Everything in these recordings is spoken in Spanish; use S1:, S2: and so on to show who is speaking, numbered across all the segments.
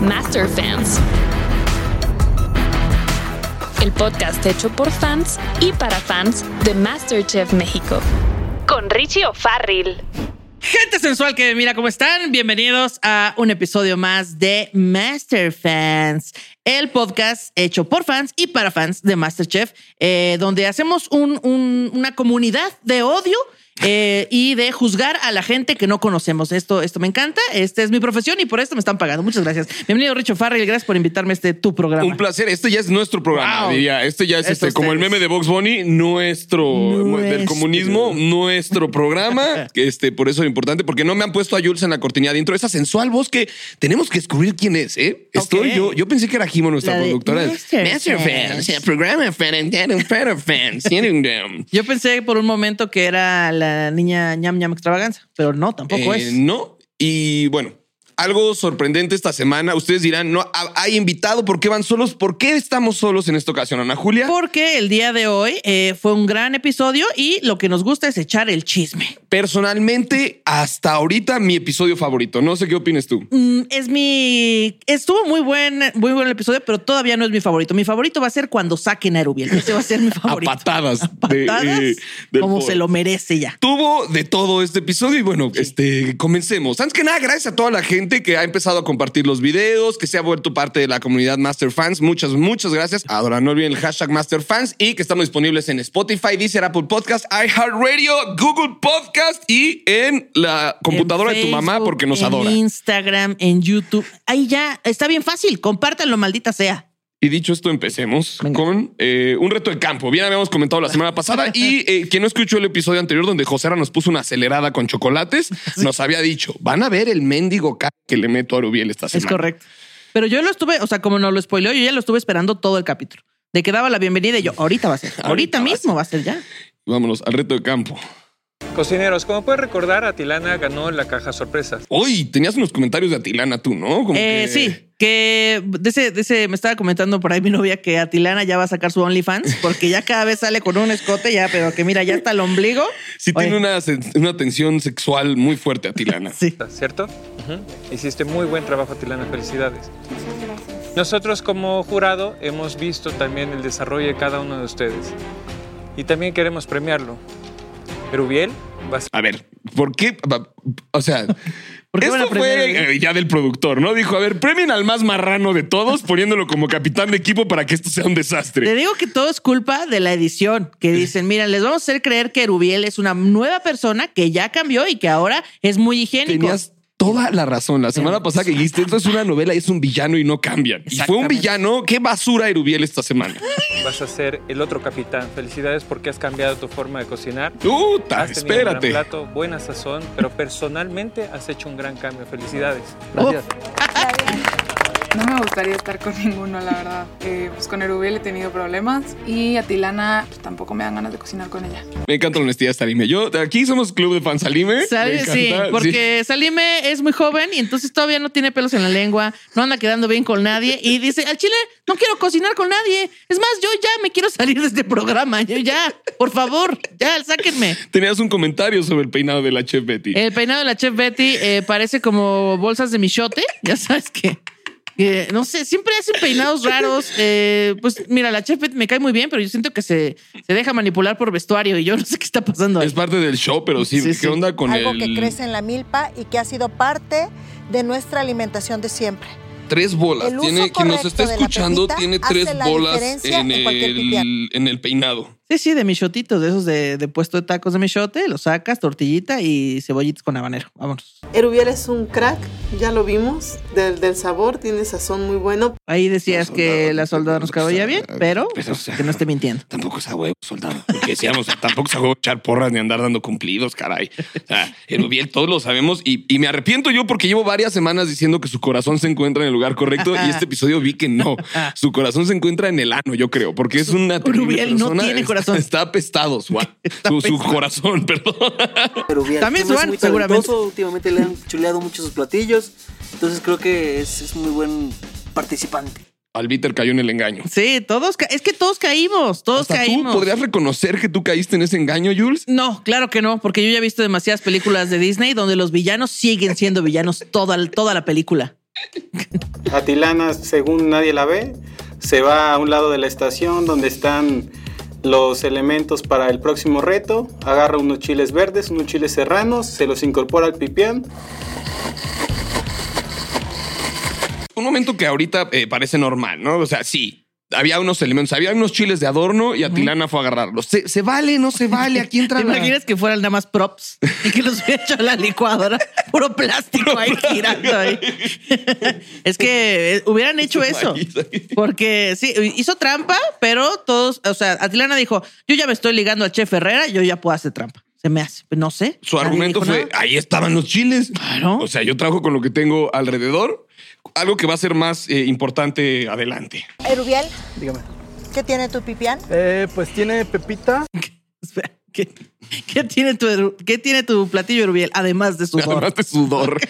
S1: Master Fans. El podcast hecho por fans y para fans de MasterChef México. Con Richie O'Farrill.
S2: Gente sensual que mira cómo están, bienvenidos a un episodio más de Master Fans, el podcast hecho por fans y para fans de MasterChef, eh, donde hacemos un- un- una comunidad de odio eh, y de juzgar a la gente que no conocemos. Esto, esto me encanta, esta es mi profesión y por esto me están pagando. Muchas gracias. Bienvenido Richo Farrell, gracias por invitarme a este tu programa.
S3: Un placer. Este ya es nuestro programa,
S2: Wow.
S3: diría. Este ya es
S2: Eso
S3: este, como el
S2: ustedes.
S3: meme de Box Bunny, nuestro,
S2: Nuestro.
S3: del comunismo, nuestro programa. Este, por eso es importante, porque no me han puesto a Jules en la cortinilla de intro. Esa sensual voz que tenemos que descubrir quién es, ¿eh? Estoy
S2: Ok.
S3: yo. Yo pensé que era Jimo, nuestra
S2: La de
S3: productora.
S2: Master Fans.
S3: el programa fan, and then fan, fan, sitting down.
S2: Yo pensé por un momento que era la niña ñam ñam extravaganza, pero no, tampoco
S3: Eh,
S2: es.
S3: No. Y bueno, algo sorprendente esta semana. Ustedes dirán, no, ha- hay invitado. ¿Por qué van solos? ¿Por qué estamos solos en esta ocasión, Ana Julia?
S2: Porque el día de hoy eh, fue un gran episodio y lo que nos gusta es echar el chisme.
S3: Personalmente, hasta ahorita mi episodio favorito. No sé qué opines tú.
S2: Mm, Es mi. Estuvo muy buen, muy buen el episodio, pero todavía no es mi favorito. Mi favorito va a ser cuando saquen a Erubiel. Ese va a ser mi favorito.
S3: A patadas. de,
S2: Patadas,
S3: eh, del
S2: como
S3: foro.
S2: se lo merece ya.
S3: Tuvo de todo este episodio y bueno, este comencemos. Antes que nada, gracias a toda la gente que ha empezado a compartir los videos, que se ha vuelto parte de la comunidad Master Fans. Muchas, muchas gracias. Ahora no olviden el hashtag Master Fans y que estamos disponibles en Spotify, Deezer, Apple Podcast, iHeartRadio, Google Podcast y en la computadora
S2: En
S3: de tu mamá
S2: Facebook,
S3: porque nos
S2: en
S3: adora.
S2: Instagram, en YouTube. Ahí ya está bien fácil. Compártanlo, maldita sea.
S3: Y dicho esto, empecemos
S2: Venga.
S3: con eh, un reto de campo. Bien, habíamos comentado la semana pasada y eh, quien no escuchó el episodio anterior donde Josera nos puso una acelerada con chocolates, nos había dicho, van a ver el mendigo ca- que le meto a Rubiel esta
S2: Es
S3: semana.
S2: correcto. Pero yo lo estuve, o sea, como no lo spoileó, yo ya lo estuve esperando todo el capítulo. De que daba la bienvenida y yo, ahorita va a ser, ahorita,
S3: Ahorita va a
S2: mismo va a ser ya.
S3: Vámonos al reto de campo.
S4: Cocineros, como puedes recordar, Atilana ganó la caja sorpresa.
S3: Hoy tenías unos comentarios de Atilana tú, ¿no? Como
S2: Eh,
S3: que-
S2: Sí, que de ese, de ese me estaba comentando por ahí mi novia que Atilana ya va a sacar su OnlyFans porque ya cada vez sale con un escote ya, pero que mira, ya hasta el ombligo.
S3: Sí
S2: Oye,
S3: tiene una, sen- una tensión sexual muy fuerte Atilana.
S2: Sí.
S4: ¿Cierto? Hiciste muy buen trabajo, Atilana. Felicidades.
S5: Muchas gracias.
S4: Nosotros como jurado hemos visto también el desarrollo de cada uno de ustedes. Y también queremos premiarlo. Erubiel va a ser
S3: A ver, ¿por qué? O sea,
S2: qué van a premiar?
S3: esto fue eh, ya del productor, ¿no? Dijo, a ver, premien al más marrano de todos poniéndolo como capitán de equipo para que esto sea un
S2: Te
S3: desastre.
S2: digo que todo es culpa de la edición, que dicen, mira, les vamos a hacer creer que Erubiel es una nueva persona que ya cambió y que ahora es muy higiénico.
S3: Tenías toda la razón. La semana pasada que dijiste, esto es una novela y es un villano y no cambian. Y fue un
S2: Exactamente.
S3: villano. Qué basura Erubiel esta semana.
S4: vas a ser el otro capitán. Felicidades porque has cambiado tu forma de cocinar.
S3: Puta,
S4: Has tenido un gran
S3: espérate.
S4: plato, buena sazón, pero personalmente has hecho un gran cambio. Felicidades.
S2: Gracias.
S6: No me gustaría estar con ninguno, la verdad. Eh, pues con Erubiel he tenido problemas y Atilana pues, tampoco me dan ganas de cocinar con ella.
S3: Me encanta la honestidad de Salime. Yo, aquí somos club de fans Salime. ¿Eh? Me
S2: ¿Sabes? Sí,
S3: encanta,
S2: porque Salime es muy joven y entonces todavía no tiene pelos en la lengua, no anda quedando bien con nadie y dice, al chile no quiero cocinar con nadie. Es más, yo ya me quiero salir de este programa, yo ya, por favor, ya, sáquenme.
S3: Tenías un comentario sobre el peinado de la chef Betty.
S2: El peinado de la chef Betty eh, parece como bolsas de michote, ya sabes que... que, no sé, siempre hacen peinados raros. eh, pues mira, la chef Betty me cae muy bien, pero yo siento que se, se deja manipular por vestuario y yo no sé qué está pasando. ahí.
S3: Es parte del show, pero sí,
S2: Sí,
S3: ¿qué
S2: sí.
S3: onda con
S7: algo
S3: el
S2: Mm.
S7: que crece en la milpa y que ha sido parte de nuestra alimentación de siempre.
S3: tres bolas.
S7: El uso
S3: Tiene quien nos
S7: correcto
S3: está
S7: de la
S3: escuchando
S7: pepita
S3: tiene
S7: hace
S3: tres
S7: la
S3: bolas
S7: diferencia
S3: en,
S7: en cualquier
S3: el,
S7: pipián.
S3: en el peinado.
S2: Sí, sí, de michotitos, de esos de, de puesto de tacos de michote, lo sacas, tortillita y cebollitas con habanero. Vámonos.
S8: Erubiel es un crack, ya lo vimos, del, del sabor, tiene sazón muy bueno.
S2: Ahí decías
S3: No, soldado,
S2: que
S3: no
S2: la
S3: sé,
S2: soldada
S3: no
S2: nos
S3: sé,
S2: cabía
S3: no
S2: bien,
S3: sé,
S2: pero pues,
S3: pero, o sea,
S2: que no esté mintiendo.
S3: Tampoco es a huevo, soldado. Porque decíamos, tampoco es a huevo echar porras ni andar dando cumplidos, caray. O sea, Erubiel, todos lo sabemos. Y, y me arrepiento yo porque llevo varias semanas diciendo que su corazón se encuentra en el lugar correcto. y este episodio vi que no. Su corazón se encuentra en el ano, yo creo, porque es una. terrible
S2: Erubiel no
S3: persona.
S2: tiene
S3: Está-
S2: corazón.
S3: Está apestado su,
S2: Está
S3: su- su
S2: apestado.
S3: corazón, perdón.
S9: Erubiel.
S2: También
S9: Siempre
S2: Juan,
S9: es muy
S2: seguramente.
S9: talentoso, Últimamente le han chuleado mucho sus platillos. Entonces creo que es, es muy buen participante.
S3: Albiter cayó en el engaño.
S2: Sí, todos, ca- es que todos caímos, todos
S3: Hasta
S2: caímos.
S3: ¿Tú podrías reconocer que tú caíste en ese engaño, Jules?
S2: No, claro que no, porque yo ya he visto demasiadas películas de Disney donde los villanos siguen siendo villanos toda, toda la película.
S5: Atilana, según nadie la ve, se va a un lado de la estación donde están los elementos para el próximo reto, agarra unos chiles verdes, unos chiles serranos, se los incorpora al pipián.
S3: Un momento que ahorita eh, parece normal, ¿no? O sea, sí. Había unos elementos, había unos chiles de adorno y Atilana fue a agarrarlos. ¿Se, se vale? ¿No se vale? ¿Aquí entra
S2: ¿Te
S3: la-
S2: imaginas que fueran nada más props y que los hubiera hecho a la licuadora? Puro plástico ahí girando ahí. es que eh, hubieran hecho eso.
S3: maíz ahí.
S2: Porque sí, hizo trampa, pero todos, o sea, Atilana dijo, yo ya me estoy ligando al chef Herrera, yo ya puedo hacer trampa. Se me hace, no sé.
S3: Su
S2: Nadie
S3: argumento
S2: dijo
S3: fue,
S2: nada.
S3: ahí estaban los chiles.
S2: Claro.
S3: O sea, yo trabajo con lo que tengo alrededor. Algo que va a ser más eh, importante adelante.
S7: Erubiel,
S9: Dígame.
S7: ¿qué tiene tu pipián?
S9: Eh, pues tiene pepita.
S2: Espera, ¿qué, qué tiene tu, eru- ¿Qué tiene tu platillo, Erubiel? Además de sudor.
S3: Además de sudor.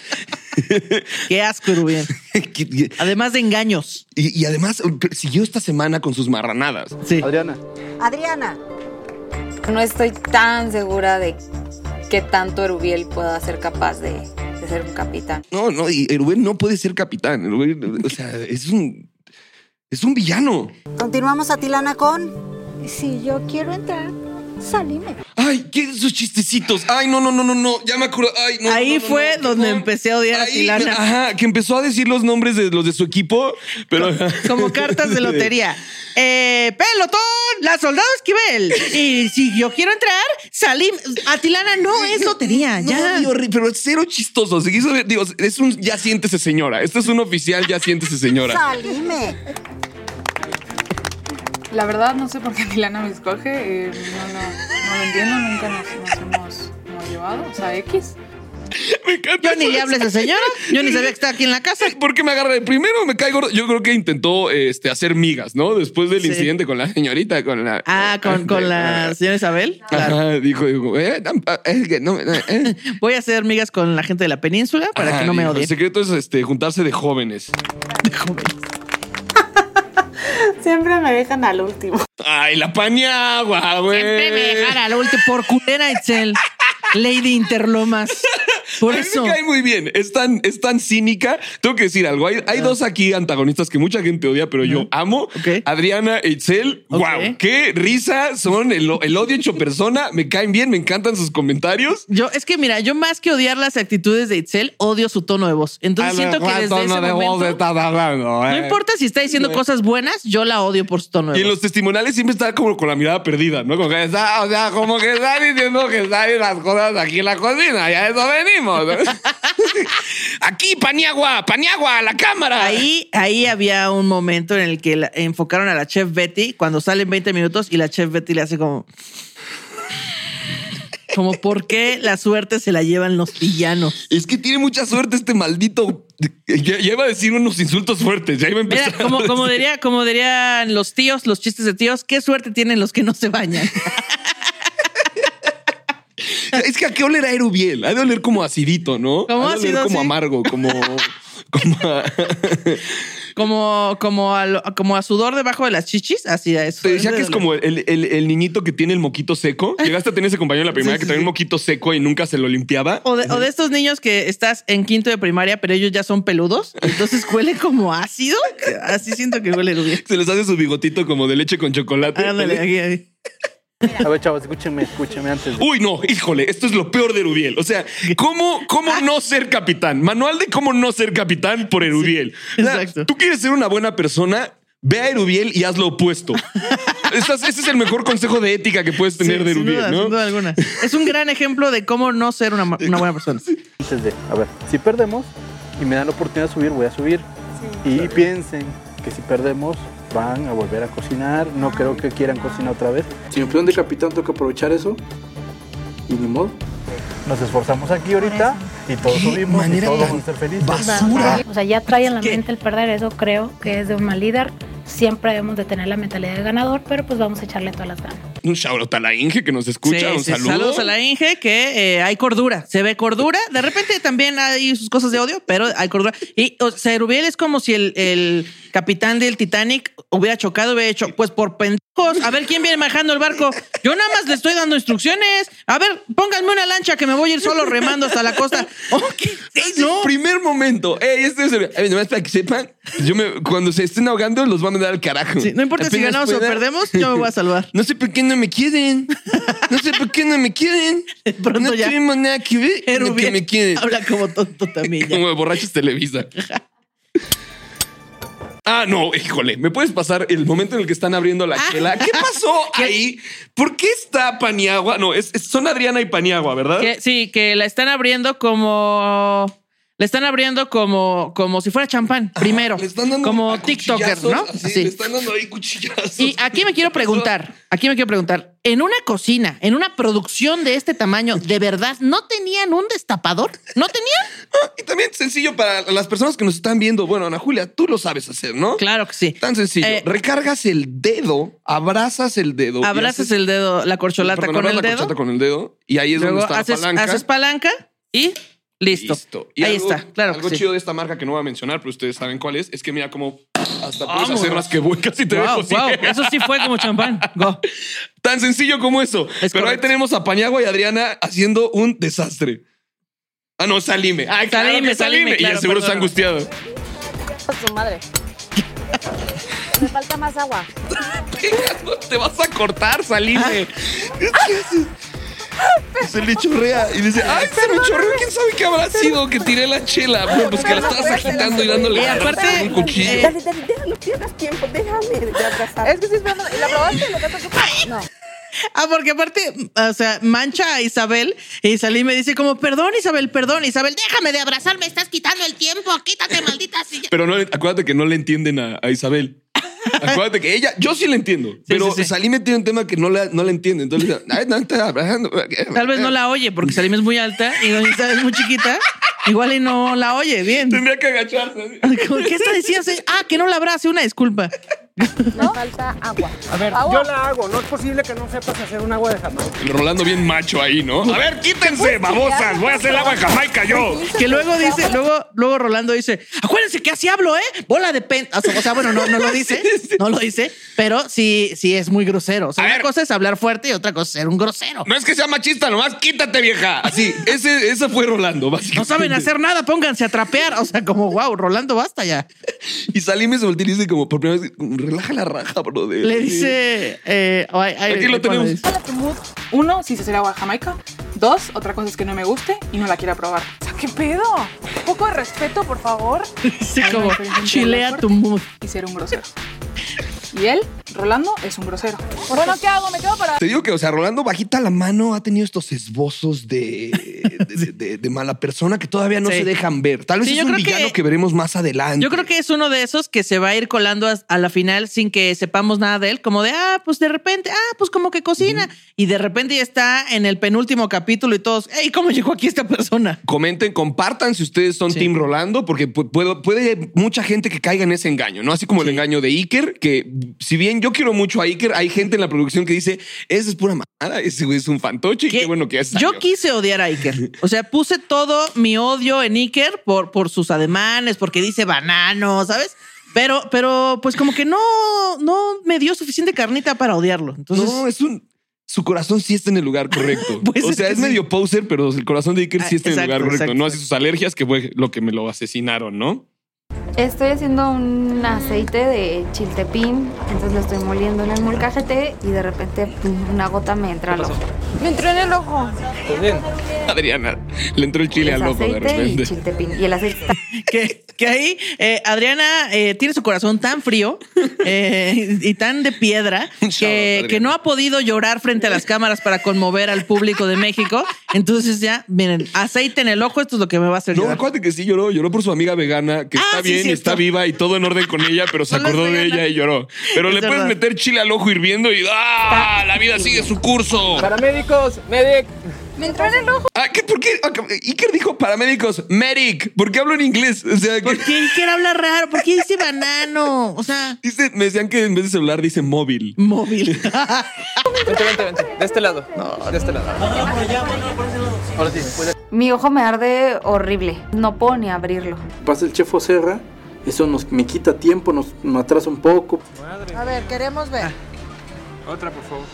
S2: Qué asco, Erubiel.
S3: y,
S2: Además de engaños.
S3: y además uh, siguió esta semana con sus marranadas.
S2: Sí.
S9: Adriana.
S7: Adriana,
S10: No estoy tan segura de qué tanto Erubiel pueda ser capaz de, de ser un capitán.
S3: No, no, y Erubén no puede ser capitán. Erubén, o sea, es un. Es un villano.
S7: continuamos Atilana con...
S10: Si yo quiero entrar, salime.
S3: Ay, ¿qué de sus chistecitos? Ay, no, no, no, no, no. Ya me acuerdo. Ay, no,
S2: Ahí
S3: no, no,
S2: fue
S3: no, no,
S2: donde
S3: no.
S2: empecé a odiar a
S3: Ahí,
S2: Tilana.
S3: Ajá, que empezó a decir los nombres de los de su equipo, pero.
S2: Como cartas de lotería. Eh, pelotón, la soldado Esquivel. Y si yo quiero entrar, Salim. Atilana no es lotería,
S3: No,
S2: ya.
S3: digo, horri- pero es cero chistoso. Se quiso ver- digo, es un ya siéntese señora. Este es un oficial ya siéntese señora.
S7: Salime.
S6: La verdad, no sé por qué Milana me escoge. eh, no, no, no lo entiendo. Nunca nos, nos hemos, hemos llevado. O sea, X.
S3: Me encanta.
S2: Yo ni
S3: eso.
S2: le hables a esa señora. Yo ni sabía que estaba aquí en la casa.
S3: Eh, ¿Por qué me agarra de primero? Me cae gordo. Yo creo que intentó este, hacer migas, ¿no? Después del
S2: Sí.
S3: incidente con la señorita, con la.
S2: Ah, con, con la señora Isabel. Claro.
S3: Ajá, dijo, dijo, eh, no, ah, es que no, no, eh.
S2: Voy a hacer migas con la gente de la península para
S3: Ajá,
S2: que no me
S3: dijo,
S2: odien.
S3: El secreto es este, juntarse de jóvenes.
S8: Siempre me dejan al último.
S3: Ay, la paniagua, güey.
S2: Siempre me dejara al último por culera, Itzel. Lady Interlomas. Por
S3: A mí
S2: eso.
S3: me cae muy bien. Es tan, es tan cínica. Tengo que decir algo. Hay, hay dos aquí antagonistas que mucha gente odia, pero yo amo.
S2: Ah. Ok.
S3: Adriana e Itzel.
S2: Ok.
S3: Wow, qué risa. Son el, el odio hecho persona. Me caen bien, me encantan sus comentarios.
S2: Yo, es que mira, yo más que odiar las actitudes de Itzel, odio su tono de voz.
S3: Ah,
S2: Entonces siento que desde ese momento. No importa si está diciendo cosas buenas, yo la odio por su tono
S3: eh. Y
S2: de
S3: en
S2: voz.
S3: los testimoniales siempre está como con la mirada perdida, ¿no? Como que está, o sea, como que está diciendo que salen las cosas aquí en la cocina, ya eso venimos. ¿no? aquí, paniagua, paniagua, a la cámara.
S2: Ahí, ahí había un momento en el que la- enfocaron a la chef Betty cuando salen 20 minutos y la chef Betty le hace como. Como por qué la suerte se la llevan los villanos.
S3: Es que tiene mucha suerte este maldito. Ya, ya iba a decir unos insultos fuertes. Ya iba a empezar.
S2: Mira, como,
S3: a
S2: como
S3: decir-
S2: diría, como dirían los tíos, los chistes de tíos, qué suerte tienen los que no se bañan.
S3: Es que a qué oler a Erubiel. Ha de oler como acidito, ¿no?
S2: Como
S3: Ha de oler
S2: ácido,
S3: como
S2: sí.
S3: amargo, como. como a-
S2: Como, como, a, lo- como a sudor debajo de las chichis, así a eso.
S3: Te decía que es como el, el- el niño que tiene el moquito seco. Llegaste a tener ese compañero en la primaria
S2: Sí,
S3: que
S2: sí,
S3: tenía
S2: sí.
S3: un moquito seco y nunca se lo limpiaba.
S2: O de, o de estos niños que estás en quinto de primaria, pero ellos ya son peludos, entonces huele como ácido. Así siento que huele bien.
S3: Se les hace su bigotito como de leche con chocolate.
S2: Ándale, aquí, aquí.
S9: A ver, chavos, escúchenme, escúchenme antes. de-
S3: Uy, no, híjole, esto es lo peor de Erubiel. O sea, ¿cómo, cómo no ser capitán? Manual de cómo no ser capitán por Erubiel.
S2: Ah. Sí,
S3: O sea,
S2: exacto.
S3: Tú quieres ser una buena persona, ve a Erubiel y haz lo opuesto. Estás- ese es el mejor consejo de ética que puedes tener
S2: Sí,
S3: de
S2: sin
S3: Erubiel,
S2: duda,
S3: ¿no?
S2: sin duda alguna. Es un gran ejemplo de cómo no ser una, ma- una buena persona.
S9: Antes de, a ver, si perdemos y me dan la oportunidad de subir, voy a subir. y piensen que si perdemos van a volver a cocinar. No creo que quieran cocinar otra vez.
S5: Si me pusieron de capitán, tengo que aprovechar eso. Y ni modo.
S9: Nos esforzamos aquí ahorita y todos subimos y todos vamos a ser felices.
S10: O sea, ya trae en la
S2: ¿Qué?
S10: mente el perder, eso creo que es de un mal líder. Siempre debemos de tener la mentalidad de ganador, pero pues vamos a echarle todas las ganas.
S3: Un shout a la Inge que nos escucha.
S2: Sí,
S3: un
S2: sí,
S3: saludo.
S2: Saludos a la Inge, que eh, hay cordura. Se ve cordura. De repente también hay sus cosas de odio, pero hay cordura. Y o sea, Rubiel es como si el, el capitán del Titanic hubiera chocado, hubiera hecho, pues por pendejos, a ver quién viene manejando el barco. Yo nada más le estoy dando instrucciones. A ver, pónganme una lancha que me voy a ir solo remando hasta la costa.
S3: Es el primer momento. Ey, este es el- Ey, nomás para que sepan, yo me, cuando se estén ahogando los van a dar al carajo.
S2: Sí, no importa si
S3: Apenas
S2: ganamos o
S3: pueda.
S2: perdemos, yo me voy a salvar.
S3: No sé por qué no me quieren. No sé por qué no me quieren.
S2: pronto
S3: no
S2: ya.
S3: tenemos nada que ver con lo que
S2: Rubiel
S3: me quieren.
S2: Habla como tonto también. ya.
S3: Como de borrachos Televisa. Ah, no, híjole, ¿me puedes pasar el momento en el que están abriendo
S2: Ah.
S3: la chela? ¿Qué pasó ahí? ¿Por qué está Paniagua? No, es, es- son Adriana y Paniagua, ¿verdad?
S2: Que- sí, que la están abriendo como. La están abriendo como, como si fuera champán, primero.
S3: Le están dando
S2: como
S3: a
S2: TikToker,
S3: cuchillazos,
S2: ¿no?
S3: así,
S2: Así.
S3: Le están dando ahí cuchillazos.
S2: Y aquí me quiero preguntar, aquí me quiero preguntar, en una cocina, en una producción de este tamaño, ¿de verdad no tenían un destapador? ¿No tenían?
S3: Y también sencillo para las personas que nos están viendo. Bueno, Ana Julia, tú lo sabes hacer, ¿no?
S2: Claro que sí.
S3: Tan sencillo.
S2: Eh,
S3: Recargas el dedo, abrazas el dedo. y
S2: Abrazas
S3: haces-
S2: el dedo, la corcholata
S3: Perdón,
S2: con
S3: abrazas
S2: el
S3: la
S2: dedo,
S3: corchata con el dedo. Y ahí es
S2: luego
S3: donde está
S2: haces,
S3: la palanca.
S2: haces palanca y listo.
S3: Y
S2: Ahí
S3: algo-
S2: está, claro
S3: Algo
S2: que sí.
S3: chido de esta marca que no voy a mencionar, pero ustedes saben cuál es. Es que mira cómo hasta puedes
S2: Vámonos.
S3: hacer las que voy casi te
S2: Wow,
S3: dejo ciego.
S2: wow, eso sí fue como champán. Go.
S3: Tan sencillo como eso.
S2: Es
S3: pero ahí
S2: correcto.
S3: tenemos a Paniagua y Adriana haciendo un desastre. Ah, no, Salime. Ah, claro
S2: Salime,
S3: que
S2: Salime,
S3: y
S2: claro,
S3: seguro está
S2: perdón.
S3: angustiado.
S10: su madre. Me falta más agua.
S3: Te vas a cortar, Salime.
S2: Ah.
S3: ¿Qué haces? Pues Se le chorrea y dice, ay, se me chorreó. ¿Quién sabe qué habrá sido que tiré la chela? Bueno, pues que la estabas agitando y dándole
S2: Y aparte,
S3: con un cuchillo.
S2: eh,
S11: Dale, dale, déjalo, pierdas tiempo, déjame de abrazar. Es que sí, esperando. ¿La probaste? ¿La tratas No.
S2: Ah, porque aparte, o sea, mancha a Isabel y Salí me dice como, perdón Isabel, perdón Isabel, déjame de abrazar, me estás quitando el tiempo, quítate maldita silla.
S3: Pero no, le- acuérdate que no le entienden a, a Isabel. Acuérdate que ella, yo sí le entiendo, pero
S2: sí, sí.
S3: Salime tiene un tema que no le, no le entiende. Entonces, le dice, "Ay, no, está abrazando".
S2: Tal vez no la oye porque Salim es muy alta y doña Isabel es muy chiquita, igual y no la oye bien.
S3: Tendría que agacharse. así.
S2: Como, ¿Qué está diciendo? Ah, que no la abrace, una disculpa.
S11: Me falta agua.
S12: A
S2: Ah,
S12: ver,
S11: Agua.
S12: yo la hago. No es posible que no sepas hacer un agua de Jamaica.
S3: El Rolando bien macho ahí, ¿no? Oh, A ver, quítense, babosas. Voy a hacer el agua de Jamaica yo.
S2: Que luego Pues, dice, luego, luego Rolando dice, acuérdense que así hablo, ¿eh? Bola de pen. O sea, o sea, bueno, no, no lo dice, no lo dice, pero sí, sí es muy grosero. O sea,
S3: A
S2: una
S3: ver.
S2: cosa es hablar fuerte y otra cosa es ser un grosero.
S3: No es que sea machista, nomás quítate, vieja. Así, ese, ese fue Rolando, básicamente.
S2: No saben hacer nada, pónganse a trapear. O sea, como, wow, Rolando, basta ya.
S3: Y Salime se voltea y dice como por primera vez, relaja la raja, brother.
S2: Le dice. eh, ay, ay,
S3: Aquí
S2: ¿cuál
S3: lo tenemos.
S2: es?
S6: Hola, tu mood. Uno, si se hace el agua de Jamaica. Dos, otra cosa es que no me guste y no la quiera probar.
S11: O sea, ¿Qué pedo? Un poco de respeto, por favor.
S2: Dice
S6: Ay, no,
S2: como,
S6: pero es un
S2: chilea
S6: tema
S2: tu mood.
S6: Y ser un grosero. Y él, Rolando, es un grosero.
S11: Bueno, ¿qué hago? ¿Me quedo para
S3: Te digo que, o sea, Rolando bajita la mano ha tenido estos esbozos de, de, de- de mala persona que todavía no
S2: Sí.
S3: se dejan ver. Tal vez
S2: Sí,
S3: es
S2: yo
S3: un
S2: creo que-
S3: villano que, veremos más adelante.
S2: Yo creo que es uno de esos que se va a ir colando a, a la final sin que sepamos nada de él, como de, ah, pues de repente, ah, pues como que cocina. Y de repente ya está en el penúltimo capítulo y todos, hey, ¿cómo llegó aquí esta persona?
S3: Comenten, compartan si ustedes son Team Rolando, porque pu- puedo- puede mucha gente que caiga en ese engaño, ¿no? Así como el engaño de Iker, que si bien yo quiero mucho a Iker, hay gente en la producción que dice, ese es pura mamada, ese güey es un fantoche y qué bueno que ya se
S2: Yo
S3: salió".
S2: quise odiar a Iker. O sea, puse todo mi odio en Iker por, por sus ademanes, porque dice banano, ¿sabes? Pero, pero, pues como que no, no me dio suficiente carnita para odiarlo. Entonces,
S3: no, es un... Su corazón sí está en el lugar correcto.
S2: Pues
S3: o
S2: es
S3: sea,
S2: que
S3: es
S2: sí.
S3: medio poser, pero el corazón de Iker sí
S2: Ah,
S3: está en el
S2: exacto,
S3: lugar correcto.
S2: exacto,
S3: no hace sus alergias, que fue lo que me lo asesinaron, ¿no?
S10: Estoy haciendo un aceite de chiltepín, entonces lo estoy moliendo en el molcajete y de repente pum, una gota me entra al ojo.
S11: Me entró en el ojo.
S12: Pues bien.
S3: Adriana le entró el chile
S10: Es
S3: al loco de
S10: aceite y
S3: repente.
S10: chiltepín. Y el aceite está
S2: que, que ahí eh, Adriana eh, tiene su corazón tan frío eh, y tan de piedra
S3: Un shout out,
S2: que,
S3: Adriana.
S2: que no ha podido llorar frente a las cámaras para conmover al público de México. Entonces ya, miren, aceite en el ojo, esto es lo que me va a hacer
S3: No,
S2: llorar.
S3: acuérdate que sí lloró, lloró por su amiga vegana, que
S2: Ah,
S3: está
S2: sí,
S3: bien y
S2: cierto.
S3: está viva y todo en orden con ella, pero se
S2: Solo es
S3: acordó de
S2: vegana.
S3: ella y lloró. Pero
S2: Es
S3: le puedes
S2: verdad.
S3: meter chile al ojo hirviendo y ¡ah! La vida sigue su curso.
S12: Paramédicos, medic.
S10: Me entró en el ojo.
S3: Ah, ¿qué, ¿Por qué? Ah, Iker dijo paramédicos, medic. ¿Por qué hablo en inglés? O sea,
S2: ¿Por qué Iker habla raro? ¿Por qué dice banano? O sea,
S3: Dice, me decían que en vez de celular dice móvil.
S2: móvil.
S4: Vente, vente, vente. De este lado. de este lado.
S9: Ahora sí, pues,
S10: Mi ojo me arde horrible. No puedo ni abrirlo.
S9: pasa el chefo Serra, eso nos, me quita tiempo, nos, nos atrasa un poco.
S7: A ver, queremos ver.
S4: Otra, por favor.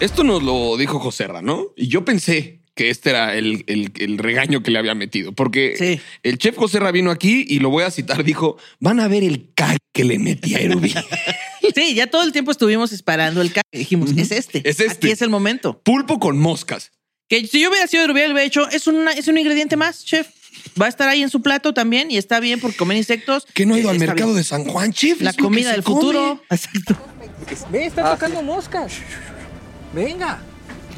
S3: Esto nos lo dijo Joserra, ¿no? Y yo pensé que este era el, el- el regaño que le había metido, porque el chef Joserra vino aquí y lo voy a citar, dijo, van a ver el cague que le metí a Erubi.
S2: Sí, ya todo el tiempo estuvimos esperando el ca- Dijimos, es este.
S3: Es este.
S2: Aquí es el momento.
S3: Pulpo con moscas.
S2: Que si yo hubiera sido de hubiera hecho, es, una, es un ingrediente más, chef. Va a estar ahí en su plato también y está bien porque comer insectos.
S3: Que no ha ido
S2: eh,
S3: al
S2: está
S3: mercado
S2: bien.
S3: de San Juan, chef.
S2: La
S3: Es lo que
S2: comida
S3: se
S2: del
S3: come.
S2: futuro. Exacto.
S4: Ve, está
S2: Ah,
S4: tocando moscas. Venga.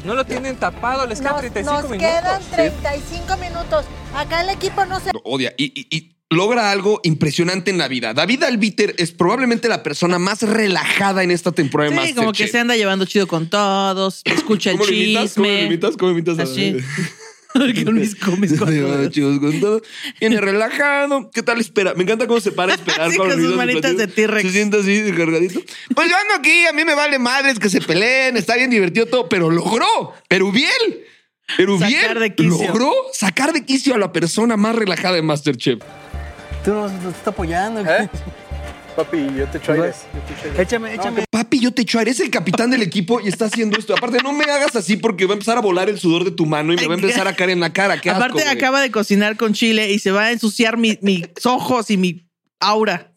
S4: No lo tienen tapado, les quedan
S7: Nos,
S4: 35
S7: nos
S4: minutos.
S7: quedan 35 minutos. Acá el equipo no se...
S3: Lo odia y, y- y logra algo impresionante en la vida. David Albiter es probablemente la persona más relajada en esta temporada de
S2: Sí, como que
S3: MasterChef.
S2: se anda llevando chido con todos, escucha el
S3: ¿Cómo lo imitas? ¿Cómo lo
S2: chisme.
S3: imitas? ¿Cómo imitas a
S2: Así.
S3: David?
S2: Con mis comes con
S3: Ay,
S2: todos.
S3: chicos, con todo. Viene relajado. ¿Qué tal espera? Me encanta cómo se para a esperar
S2: Sí, con
S3: con, los
S2: sus
S3: videos
S2: manitas
S3: platillo.
S2: de T-Rex.
S3: Se sienta así, cargadito. Pues yo ando aquí, a mí me vale madres que se peleen, está bien divertido todo, pero logró. Pero bien. Pero bien.
S2: Sacar de quicio.
S3: logró sacar de quicio a la persona más relajada de Masterchef.
S12: Tú nos, nos estás apoyando.
S9: ¿Eh? Papi, yo te echo aire.
S12: Échame, échame.
S3: Papi, yo te echo aire. Es el capitán del equipo y está haciendo esto. Aparte, no me hagas así porque va a empezar a volar el sudor de tu mano y me va a empezar a caer en la cara. Qué asco,
S2: Aparte,
S3: güey.
S2: acaba de cocinar con chile y se va a ensuciar mi- mis ojos y mi aura.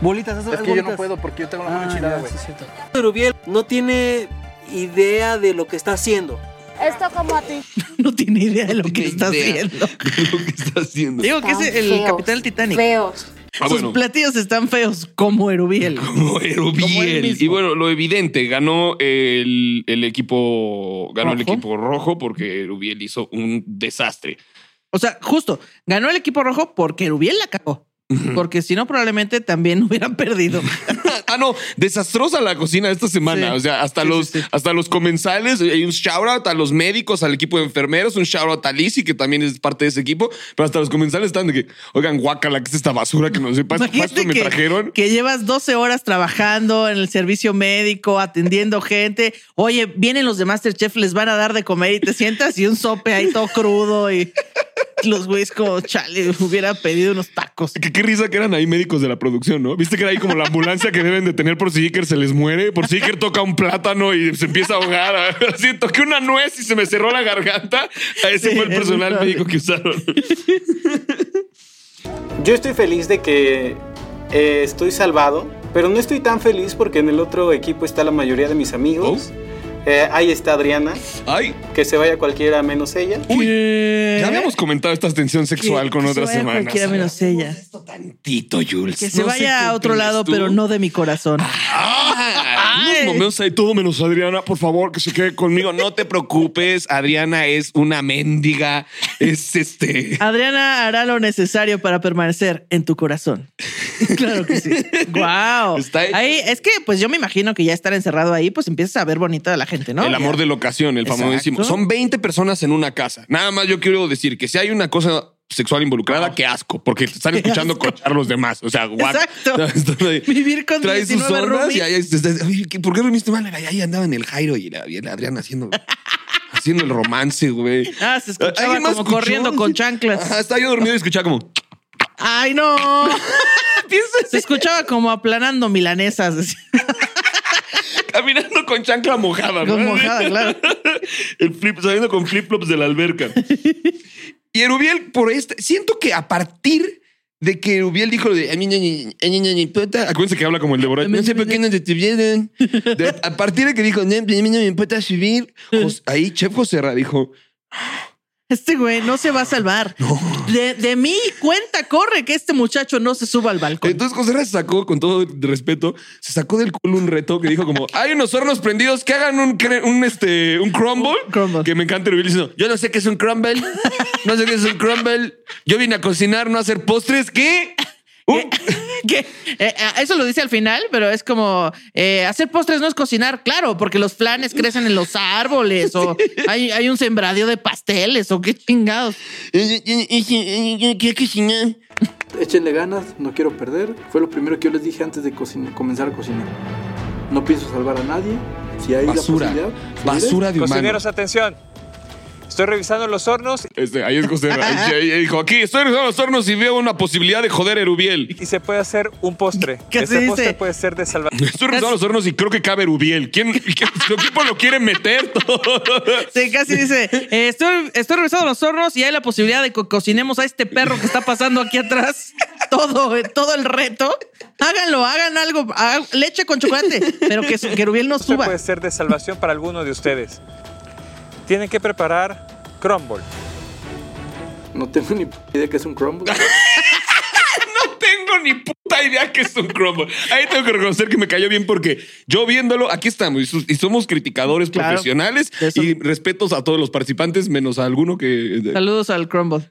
S12: Bolitas, haz-
S9: Es
S12: haz
S9: que yo
S12: bolitas.
S9: no puedo porque yo tengo la
S12: Ah,
S9: mano enchilada,
S12: ya,
S9: güey.
S12: sí, es cierto. Rubiel no tiene idea de lo que está haciendo.
S11: Esto como a ti.
S2: No tiene idea de lo que está
S3: idea.
S2: haciendo.
S3: Lo que está haciendo.
S2: Digo que es
S11: Están
S2: el
S11: feos,
S2: capitán del Titanic.
S10: Feos.
S3: Ah,
S2: Sus
S3: bueno.
S2: platillos están feos, como Erubiel.
S3: Como Erubiel.
S2: Como él mismo.
S3: Y bueno, lo evidente, ganó el, el equipo. Ganó el
S2: Rojo.
S3: equipo rojo porque Erubiel hizo un desastre.
S2: O sea, justo, ganó el equipo rojo porque Erubiel la cagó. Porque si no, probablemente también hubieran perdido.
S3: ah, no, desastrosa la cocina esta semana.
S2: Sí.
S3: O sea, hasta los, hasta los comensales, eh, hay un shout out a los médicos, al equipo de enfermeros, un shout out a Lizzy, que también es parte de ese equipo, pero hasta los comensales están de que, oigan, guácala, que es esta basura que no sé, para esto, pa' esto
S2: Imagínate
S3: me
S2: que,
S3: trajeron.
S2: que llevas 12 horas trabajando en el servicio médico, atendiendo gente. Oye, vienen los de Masterchef, les van a dar de comer y te sientas y un sope ahí todo crudo y los güeyes como chale, hubiera pedido unos tacos.
S3: Que qué risa que eran ahí médicos de la producción, ¿no? Viste que era ahí Este como la ambulancia que deben de tener por si Iker se les muere, por si Iker toca un plátano y se empieza a ahogar. Así toqué una nuez y se me cerró la garganta. A Ese
S2: Sí,
S3: fue el
S2: es
S3: personal
S2: probable.
S3: médico que usaron.
S5: Yo estoy feliz de que eh, estoy salvado, pero no estoy tan feliz porque en el otro equipo está la mayoría de mis amigos. Eh, ahí está Adriana.
S3: Ay.
S5: Que se vaya cualquiera menos ella.
S3: Ya habíamos comentado esta tensión sexual con
S2: Que
S3: otras
S2: se vaya
S3: semanas.
S2: Cualquiera menos ella.
S3: Tito Jules.
S2: Que se
S3: No sé qué
S2: vaya a otro
S3: opinas
S2: lado,
S3: tú.
S2: pero no eh. de mi corazón.
S3: Ah, unos momentos ahí, todo menos Adriana, por favor, que se quede conmigo. No te preocupes, Adriana es una mendiga, es este,
S2: Adriana hará lo necesario para permanecer en tu corazón. claro que sí. Wow. Ahí es que pues yo me imagino que ya estar encerrado ahí, pues empiezas a ver bonito a la gente, ¿no?
S3: El amor de la ocasión, el
S2: Exacto.
S3: famosísimo. Son 20 personas en una casa. Nada más yo quiero decir que si hay una cosa sexual involucrada, qué asco, porque te están
S2: Qué
S3: escuchando
S2: asco.
S3: cochar los demás. O sea, guac.
S2: Exacto.
S3: Están ahí.
S2: Vivir con
S3: Trae sus
S2: 19
S3: ondas y
S2: roomies.
S3: ahí estás- oye, ¿qué- ¿por qué dormiste mal? Ahí ahí andaba en el Jairo y la, y la Adriana haciendo, haciendo el romance, güey.
S2: Ah, se escuchaba
S3: ¿Alguien
S2: como
S3: más escuchó?
S2: corriendo con chanclas.
S3: Ajá, estaba yo dormido y escuchaba como.
S2: Ay, no. Se escuchaba como aplanando milanesas. así,
S3: Caminando con chancla mojada, ¿no?
S2: Con mojada, claro.
S3: El flip, saliendo con flip-flops de la alberca. Y Erubiel, por este, siento que a partir de que Erubiel dijo lo de. "Ay, ña, ña, ña, ña, ña, ña, puta", Acuérdense que habla como el de Borat. No sé por qué no te tuvieron. De- A partir de que dijo, "Ña, ña, ña, ña, me importa subir. Jos- Ahí Chef José Ra dijo,
S2: Este güey no se va a salvar. De, de mi cuenta corre que este muchacho no se suba al balcón.
S3: Entonces José Ra se sacó, con todo respeto, se sacó del culo un reto que dijo como, hay unos hornos prendidos que hagan un, cre- un, este, un crumble, Que me encanta el diciendo, yo no sé qué es un crumble, no sé qué es un crumble, yo vine a cocinar, no a hacer postres, ¿qué?
S2: que, eh, a- eso lo dice al final, pero es como eh, hacer postres no es cocinar, claro, porque los planes crecen en los árboles o hay, hay un sembradío de pasteles o qué chingados.
S9: Échenle ganas, no quiero perder. Fue lo primero que yo les dije antes de cocin- comenzar a cocinar. No pienso salvar a nadie. Si hay
S3: Basura.
S9: la posibilidad,
S3: Basura de humano.
S4: Cocineros, atención. Estoy revisando los hornos
S3: Este, ahí es José. ahí- ahí dijo, aquí estoy en los hornos y veo una posibilidad de joder a Erubiel.
S4: y se puede hacer un postre.
S3: ¿Qué
S4: Este
S3: se dice?
S4: postre puede ser de salvación.
S3: Estoy revisando los hornos y creo que cabe Erubiel. ¿Quién, qué- su equipo lo quiere meter todo?
S2: Sí, casi dice, eh, estoy, estoy revisando los hornos y hay la posibilidad de que cocinemos a este perro que está pasando aquí atrás todo, eh, todo el reto. Háganlo, hagan algo, hagan leche con chocolate, pero que, su- que Rubiel no
S4: Esto
S2: suba.
S4: puede ser de salvación para alguno de ustedes. Tienen que preparar crumble.
S9: No tengo ni p- idea que es un crumble.
S3: No tengo ni puta idea que es un crumble. Ahí tengo que reconocer que me cayó bien porque yo viéndolo, aquí estamos y, sus- y somos criticadores
S2: Claro.
S3: profesionales y respetos a todos los participantes, menos a alguno que.
S2: Saludos al Crumble.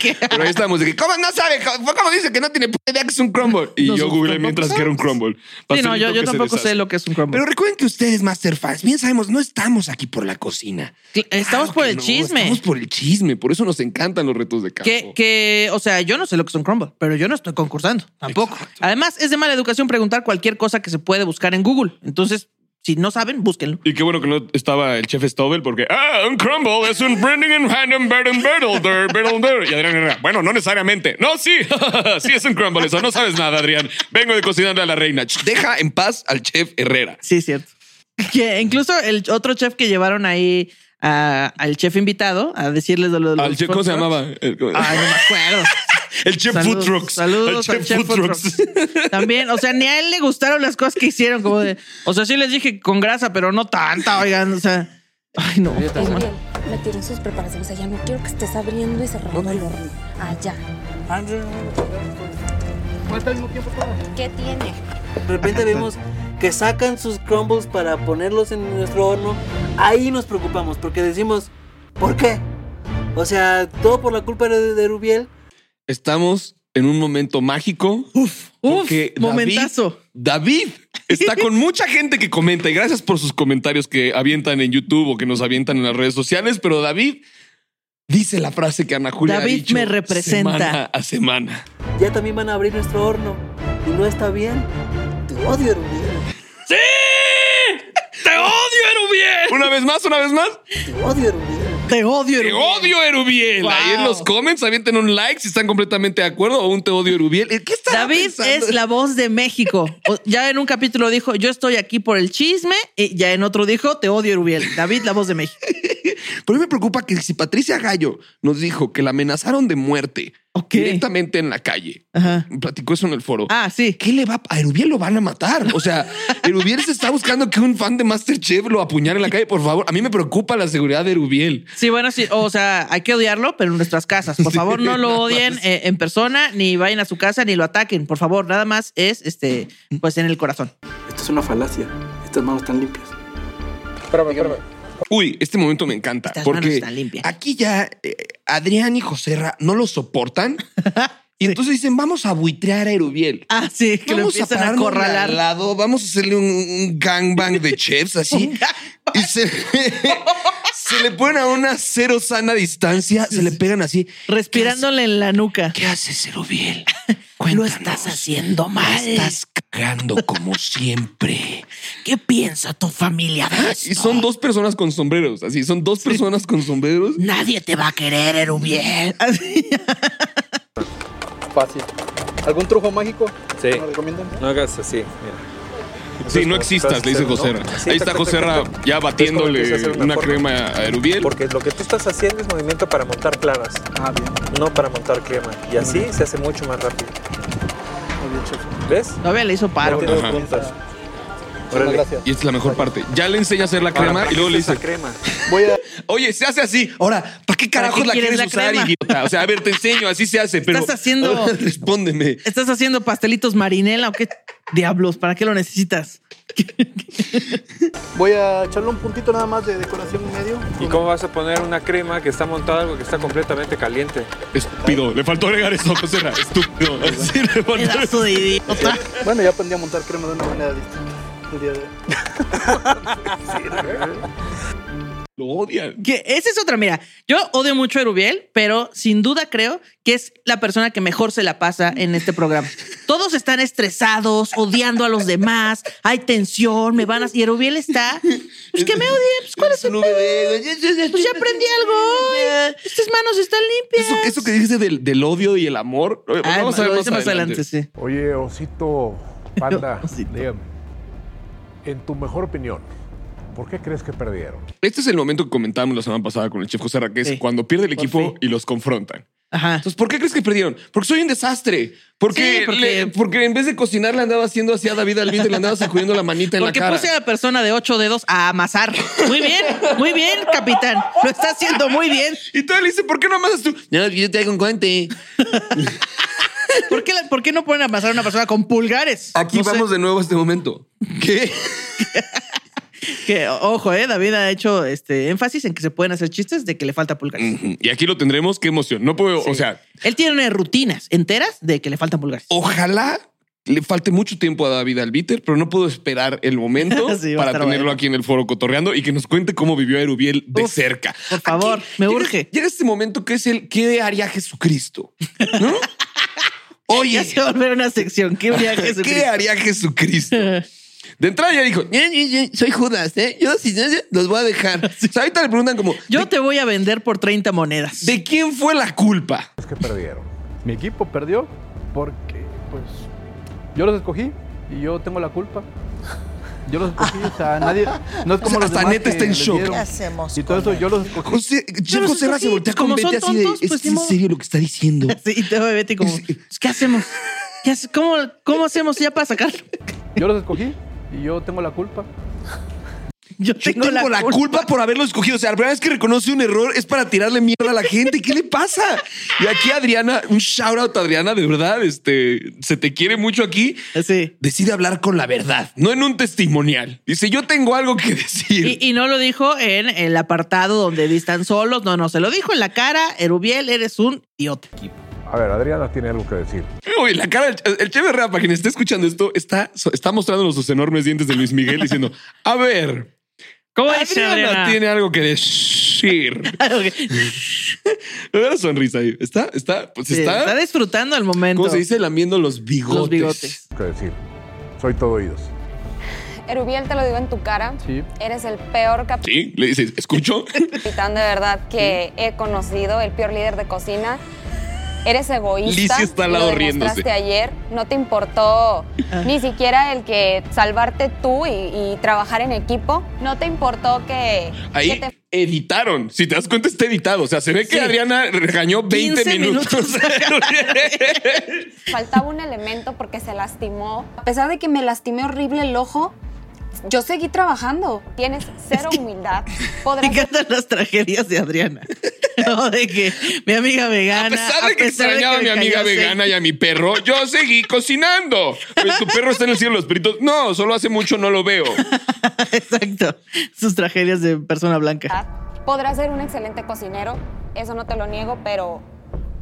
S3: Pero ahí estamos de que, ¿cómo no sabe? ¿Cómo cómo dice que no tiene puta idea que es un crumble? Y
S2: Nosotros
S3: yo googleé
S2: tampoco
S3: mientras que era un crumble.
S2: Sí, no, yo,
S3: Pastelito
S2: yo
S3: que se
S2: tampoco sé
S3: deshace.
S2: lo que es un crumble.
S3: Pero recuerden que ustedes, Master Fans, bien sabemos, no estamos aquí por la cocina.
S2: Estamos por el
S3: No,
S2: chisme.
S3: Estamos por el chisme, por eso nos encantan los retos de campo.
S2: Que, que, o sea, yo no sé lo que es un crumble, pero yo no estoy concursando tampoco. Además, es de mala educación preguntar cualquier cosa que se puede buscar en Google. Entonces, si no saben, búsquenlo.
S3: Y qué bueno que no estaba el chef Stobel porque, ah, un crumble es un branding and Handen Baden Bertelder, Bertelder. Y Adrián Herrera, bueno, no necesariamente. No, sí, sí es un crumble eso. No sabes nada, Adrián. Vengo de cocinarle a la reina. Ch, Deja en paz al chef Herrera.
S2: Sí, es cierto. Que incluso el otro chef que llevaron ahí a- al chef invitado a decirles de lo de los
S3: Al chef, ¿Cómo
S2: food
S3: se
S2: trucks.
S3: llamaba? El-
S2: Ay, no me acuerdo.
S3: El chef
S2: Saludos-
S3: Food Trucks.
S2: Saludos
S3: el
S2: al chef Food Trucks. También, o sea, ni a él le gustaron las cosas que hicieron, como de, o sea, sí les dije con grasa, pero no tanta, oigan, o sea, ay no.
S11: Gabriel, metieron sus preparaciones allá. No quiero que estés abriendo y cerrando el horno. Allá.
S10: ¿Qué tiene?
S12: De repente vemos que sacan sus crumbles para ponerlos en nuestro horno. Ahí nos preocupamos porque decimos, ¿por qué? O sea, todo por la culpa de, de Rubiel.
S3: Estamos en un momento mágico. Uf,
S2: uf, momentazo.
S3: David está con mucha gente que comenta y gracias por sus comentarios que avientan en YouTube o que nos avientan en las redes sociales, pero David dice la frase que Ana Julia ha
S2: David
S3: dicho
S2: me representa.
S3: semana a semana.
S12: Ya también van a abrir nuestro horno. Y no está bien. Te odio, Rubiel.
S3: ¡Sí! ¡Te odio, Erubiel! Una vez más, una vez más.
S12: Te odio, Rubiel.
S2: Te odio,
S3: Te odio, Erubiel. Ahí en los comments avienten un like si están completamente de acuerdo o un te odio, Erubiel. ¿Qué está
S2: David es la voz de México. O- Ya en un capítulo dijo, yo estoy aquí por el chisme, y ya en otro dijo, te odio, Rubiel. David, la voz de México.
S3: Pero a mí me preocupa que si Patricia Gallo nos dijo que la amenazaron de muerte directamente en la calle, platicó eso en el foro.
S2: Ah, sí.
S3: ¿Qué le va a Erubiel? Lo van a matar. O sea, Erubiel se está buscando que un fan de Masterchef lo apuñale en la calle. Por favor, a mí me preocupa la seguridad de Erubiel.
S2: Sí, bueno, sí, o sea, hay que odiarlo, pero en nuestras casas. Por favor, no lo
S3: nada
S2: odien eh, en persona, ni vayan a su casa, ni lo ataquen. Por favor, nada más es, este, pues en el corazón.
S9: Esto es una falacia. Estas manos están limpias.
S4: Espérame, espérame.
S3: Uy, este momento me encanta
S2: Estas manos
S3: porque
S2: están limpias.
S3: aquí ya eh, Adrián y Joserra no lo soportan. Y entonces dicen, vamos a buitrear a Erubiel.
S2: Ah, sí, que lo empiezan a
S3: pararnos de
S2: acorralar.
S3: al lado, vamos a hacerle un, un gangbang de chefs así. y se, se le ponen a una cero sana distancia, se le pegan así.
S2: Respirándole en la nuca.
S3: ¿Qué haces, Erubiel?
S2: Lo estás haciendo mal.
S3: Estás cagando como siempre.
S2: ¿Qué piensa tu familia de esto?
S3: Y son dos personas con sombreros, así, son dos personas con sombreros.
S2: Nadie te va a querer, Erubiel.
S9: Fácil. ¿Algún truco mágico?
S4: Sí.
S9: ¿Me recomiendan?
S4: No hagas así, mira. pues,
S3: Sí, no existas, le dice Joserra. Ahí está Joserra ya batiéndole una crema a Erubiel.
S4: Porque lo que tú estás haciendo es movimiento para montar claras,
S9: Ah, bien.
S4: no para montar crema. Y así se hace mucho más rápido.
S9: Muy bien, chef.
S4: ¿Ves?
S2: Todavía le hizo paro.
S4: Ya tiene
S3: Ajá.
S4: puntas.
S9: Muchas
S4: Órale.
S9: gracias.
S3: Y esta es la mejor parte. Ya le enseña a hacer la crema y luego le dice,
S4: crema.
S9: Voy a...
S3: oye, se hace así. Ahora, ¿para qué
S2: ¿Para
S3: carajos
S2: qué
S3: la
S2: quieres
S3: quieres
S2: la
S3: usar,
S2: crema?
S3: idiota? O sea, a ver, te enseño, así se hace, pero...
S2: Estás haciendo-
S3: Ahora, respóndeme.
S2: ¿Estás haciendo pastelitos marinela o qué diablos? ¿Para qué lo necesitas?
S9: Voy a echarle un puntito nada más de decoración en medio.
S4: ¿Y cómo vas a poner una crema que está montada algo que está completamente caliente?
S3: Estúpido. Le faltó agregar eso, José. Estúpido. Sí, le faltó-
S9: Bueno, ya aprendí a montar crema de una manera distinta. el día de hoy.
S3: Lo odian.
S2: Que esa es otra, mira, yo odio mucho a Erubiel, pero sin duda creo que es la persona que mejor se la pasa en este programa. Todos están estresados, odiando a los demás, hay tensión, me van a... Y Erubiel está... Pues que me odie, pues cuál es el pedo? Pues ya aprendí algo hoy. Estas manos están limpias.
S3: Eso que dijiste del, del odio y el amor. eh,
S2: Ah,
S3: vamos a ver
S2: lo
S3: más
S2: dice más
S3: adelante.
S2: adelante, sí.
S13: Oye, Osito Panda, dígame. En tu mejor opinión, ¿por qué crees que perdieron?
S3: Este es el momento que comentábamos la semana pasada con el chef José Ra, que es cuando pierde el equipo y los confrontan. Entonces, ¿por qué crees que perdieron? Porque soy un desastre. Porque,
S2: Sí, porque-
S3: le- porque en vez de cocinar le andaba haciendo así a David Alvide, le andaba sacudiendo la manita en
S2: Porque
S3: la cara.
S2: puse a la persona de ocho dedos a amasar. Muy bien, muy bien, capitán. Lo está haciendo muy bien.
S3: Y tú le dices, ¿por qué no amasas tú? No, yo te hago un guante.
S2: ¿Por qué, la- ¿Por qué no ponen a amasar a una persona con pulgares?
S3: Aquí
S2: No sé.
S3: vamos de nuevo a este momento. ¿Qué?
S2: Que, o- ojo, eh, David ha hecho este énfasis en que se pueden hacer chistes de que le falta pulgares.
S3: Y aquí lo tendremos. Qué emoción. No puedo, o sea,
S2: Él tiene rutinas enteras de que le faltan pulgares.
S3: Ojalá le falte mucho tiempo a David Albiter, pero no puedo esperar el momento
S2: Sí, va a
S3: para
S2: estar
S3: tenerlo aquí en el foro cotorreando y que nos cuente cómo vivió a Erubiel de cerca. Por favor, me urge. Llega este momento que es el ¿qué haría Jesucristo? ¿No? Oye.
S2: Ya se va a volver una sección. ¿Qué haría Jesucristo?
S3: ¿Qué haría Jesucristo? De entrada ya dijo, "Ñe, Ñe, Ñe, soy Judas, ¿eh? Yo si no, los voy a dejar. O sea, ahorita le preguntan como...
S2: Yo te voy a vender por 30 monedas.
S3: ¿De quién fue la culpa?
S9: Es que perdieron. Mi equipo perdió porque, pues, yo los escogí y yo tengo la culpa. Yo los escogí, o sea, nadie. No es como
S3: O sea,
S9: los
S3: hasta
S9: demás
S3: neta
S9: que
S3: está en
S9: le
S3: shock.
S9: dieron.
S3: ¿Qué hacemos
S9: Y todo
S3: con
S9: eso,
S3: él?
S9: yo los escogí.
S3: José, José Serra se voltea con Betty así de, ¿es en serio lo que está diciendo?
S2: pues, Sí, y te ve Betty como, ¿qué hacemos? ¿Qué hace- ¿Cómo, ¿Cómo hacemos ya para sacarlo?
S9: Yo los escogí y yo tengo la culpa.
S2: Yo
S3: tengo, la, culpa. por haberlo escogido. O sea, la primera vez que reconoce un error es para tirarle mierda a la gente. ¿Qué le pasa? Y aquí Adriana, un shout out Adriana, de verdad, este, se te quiere mucho aquí. Decide hablar con la verdad, no en un testimonial. Dice, yo tengo algo que decir.
S2: Y, y no lo dijo en el apartado donde están solos. No, no, se lo dijo en la cara. Erubiel, eres un idiota.
S13: A ver, Adriana tiene algo que decir.
S3: Uy, la cara del Ch- el Cheve Herrera, para quien esté escuchando esto, está, está mostrándonos sus enormes dientes de Luis Miguel diciendo, a ver,
S2: ¿cómo
S3: es
S2: Adriana?
S3: tiene algo que decir? Me da la sonrisa ahí. Está, está, pues
S2: Sí,
S3: está.
S2: está disfrutando el momento.
S3: ¿Cómo se dice? Lamiendo los bigotes.
S2: Los bigotes.
S13: Que decir. Soy todo oídos.
S14: Erubiel, te lo digo en tu cara.
S13: Sí.
S14: Eres el peor cap-
S3: Sí, le dices, escucho.
S14: capitán de verdad que he conocido, el peor líder de cocina. Eres egoísta.
S3: Lizzie está al lado
S14: lo demostraste
S3: riéndose.
S14: ayer. No te importó ni siquiera el que salvarte tú y, y trabajar en equipo. No te importó que, que
S3: Ahí
S14: te
S3: editaron. Si te das cuenta, está editado. O sea, se ve que Adriana regañó 20
S14: 15
S3: minutos.
S14: faltaba un elemento porque se lastimó. A pesar de que me lastimé horrible el ojo, yo seguí trabajando. Tienes cero humildad.
S2: Me
S14: Podrás
S2: encantan las tragedias de Adriana. No, de que mi amiga vegana. A
S3: pesar de que extrañaba a mi
S2: me
S3: amiga
S2: cayó seco.
S3: vegana y a mi perro, yo seguí cocinando. Pues, tu perro está en el cielo de los espíritus. No, solo hace mucho no lo veo.
S2: Exacto. Sus tragedias de persona blanca.
S14: Podrás ser un excelente cocinero, eso no te lo niego, pero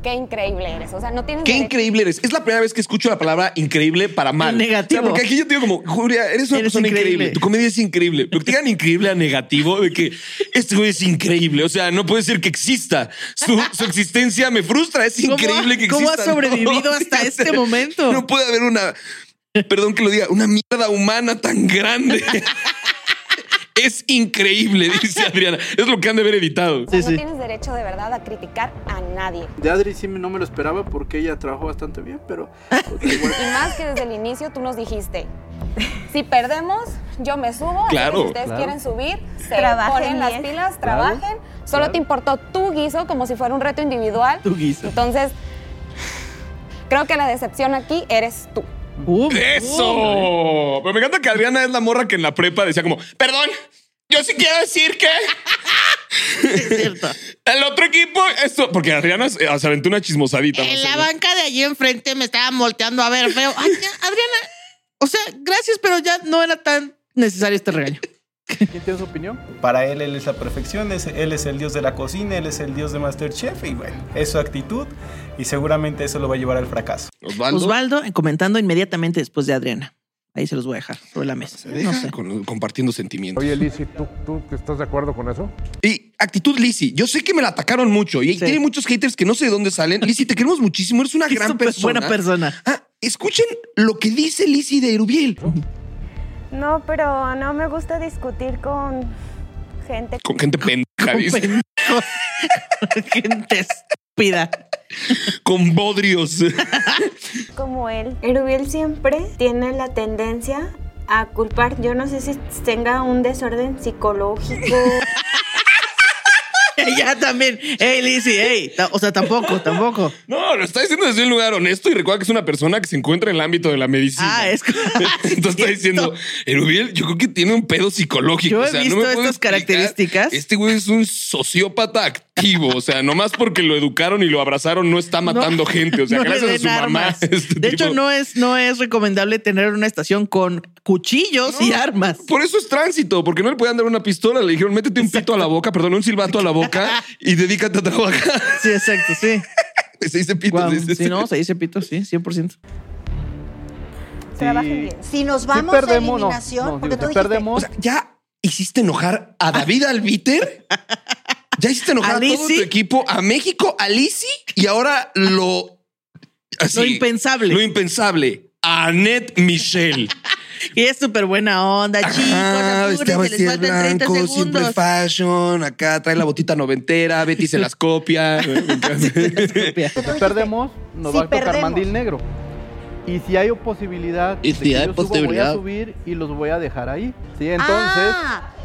S14: qué increíble eres. O sea, no tienes
S3: Qué
S14: derecho-
S3: increíble eres. Es la primera vez que escucho la palabra increíble para mal.
S2: negativo.
S3: O sea, porque aquí yo te digo como, Julia, eres una
S2: Eres
S3: persona increíble.
S2: increíble.
S3: Tu comedia es increíble. Pero que te digan increíble a negativo de que este güey es increíble. O sea, no puede ser que exista. Su, su existencia me frustra. Es
S2: ¿Cómo ha-
S3: increíble que
S2: cómo ha
S3: exista.
S2: sobrevivido hasta
S3: O sea,
S2: este momento?
S3: No puede haber una, perdón que lo diga, una mierda humana tan grande. Es increíble, dice Adriana. Es lo que han de haber editado.
S14: no tienes derecho de verdad a criticar a nadie.
S9: De Adri sí no me lo esperaba porque ella trabajó bastante bien, pero
S14: Y más que desde el inicio tú nos dijiste, si perdemos, yo me subo.
S9: Claro,
S14: ellos, si ustedes
S9: claro.
S14: quieren subir, se
S11: Trabajen
S14: ponen las
S11: bien.
S14: pilas,
S11: Claro,
S14: trabajen. Solo te importó tu guiso como si fuera un reto individual.
S2: Tu guiso.
S14: Entonces, creo que la decepción aquí eres tú.
S3: ¡Eso! Pero me encanta que Adriana es la morra que en la prepa decía como, perdón, yo sí quiero decir que... El otro equipo, esto, porque Adriana se se aventó una chismosadita.
S2: En la banca de allí enfrente me estaban volteando a ver feo. Ay, ya, Adriana, o sea, gracias, pero ya no era tan necesario este regaño.
S9: ¿Quién tiene su opinión?
S5: Para él, él es la perfección, es- él es el dios de la cocina, él es el dios de Masterchef y bueno, es su actitud y seguramente eso lo va a llevar al fracaso.
S2: Osvaldo eh, comentando inmediatamente después de Adriana. Ahí se los voy a dejar sobre la mesa. No sé.
S3: Con- compartiendo sentimientos.
S15: Oye, Lizzy, ¿tú, ¿tú estás de acuerdo con eso?
S3: Y actitud Lizzy, yo sé que me la atacaron mucho y tiene muchos haters que no sé de dónde salen. Lizzy, te queremos muchísimo, eres una
S2: Es
S3: gran
S2: súper
S3: persona.
S2: buena persona.
S3: Ah, escuchen lo que dice Lizzy de Erubiel.
S11: No, pero no me gusta discutir con gente.
S3: Con gente pendeja, dice.
S2: gente estúpida.
S3: Con bodrios.
S11: como él. Erubiel siempre tiene la tendencia a culpar. Yo no sé si tenga un desorden psicológico.
S2: ya también. Hey, Lizzy, hey. Ta- O sea, tampoco, tampoco.
S3: No, lo está diciendo desde un lugar honesto y recuerda que es una persona que se encuentra en el ámbito de la medicina.
S2: Ah, es
S3: Entonces está diciendo, Erubiel, yo creo que tiene un pedo psicológico.
S2: Yo he
S3: o sea,
S2: visto
S3: no me puedo
S2: estas
S3: explicar.
S2: características.
S3: Este güey es un sociópata activo. O sea, nomás porque lo educaron y lo abrazaron, no está matando gente. O sea,
S2: no le
S3: gracias a
S2: den
S3: su mamá.
S2: armas.
S3: este
S2: de
S3: tipo-
S2: hecho, no es, no es recomendable tener una estación con cuchillos y armas.
S3: Por eso es tránsito, porque no le podían dar una pistola. Le dijeron, métete un pito a la boca, perdón, un silbato a la boca y dedícate a trabajar.
S2: Sí, exacto, sí.
S3: Se dice pito.
S2: Guau,
S3: se dice-
S2: sí, no, se dice pito, sí, 100%.
S7: Trabajen bien. Si nos vamos
S9: perdemos,
S7: a
S9: no.
S7: eliminación,
S9: No, digo,
S7: porque tú
S9: si
S7: dijiste,
S9: perdemos-
S7: o sea,
S3: ya hiciste enojar a David Albiter. Ya hiciste enojar a, todo tu equipo, a México, a Lizzy y ahora lo. lo impensable. Lo impensable. A Annette Michelle.
S2: Y es súper buena onda, chicos.
S3: estaba
S2: apúrense, les
S3: vestido de
S2: faltan 30
S3: blanco,
S2: segundos.
S3: simple fashion. Acá trae la botita noventera, Betty se las copia. Me encanta.
S9: Si perdemos, nos
S3: Si
S9: va a tocar
S3: perdemos.
S9: mandil negro. Y si hay posibilidad,
S3: Y
S9: de
S3: si
S9: que
S3: hay
S9: yo suba, voy a
S3: posibilidad.
S9: subir y los voy a dejar ahí. Sí, entonces.
S7: ah, te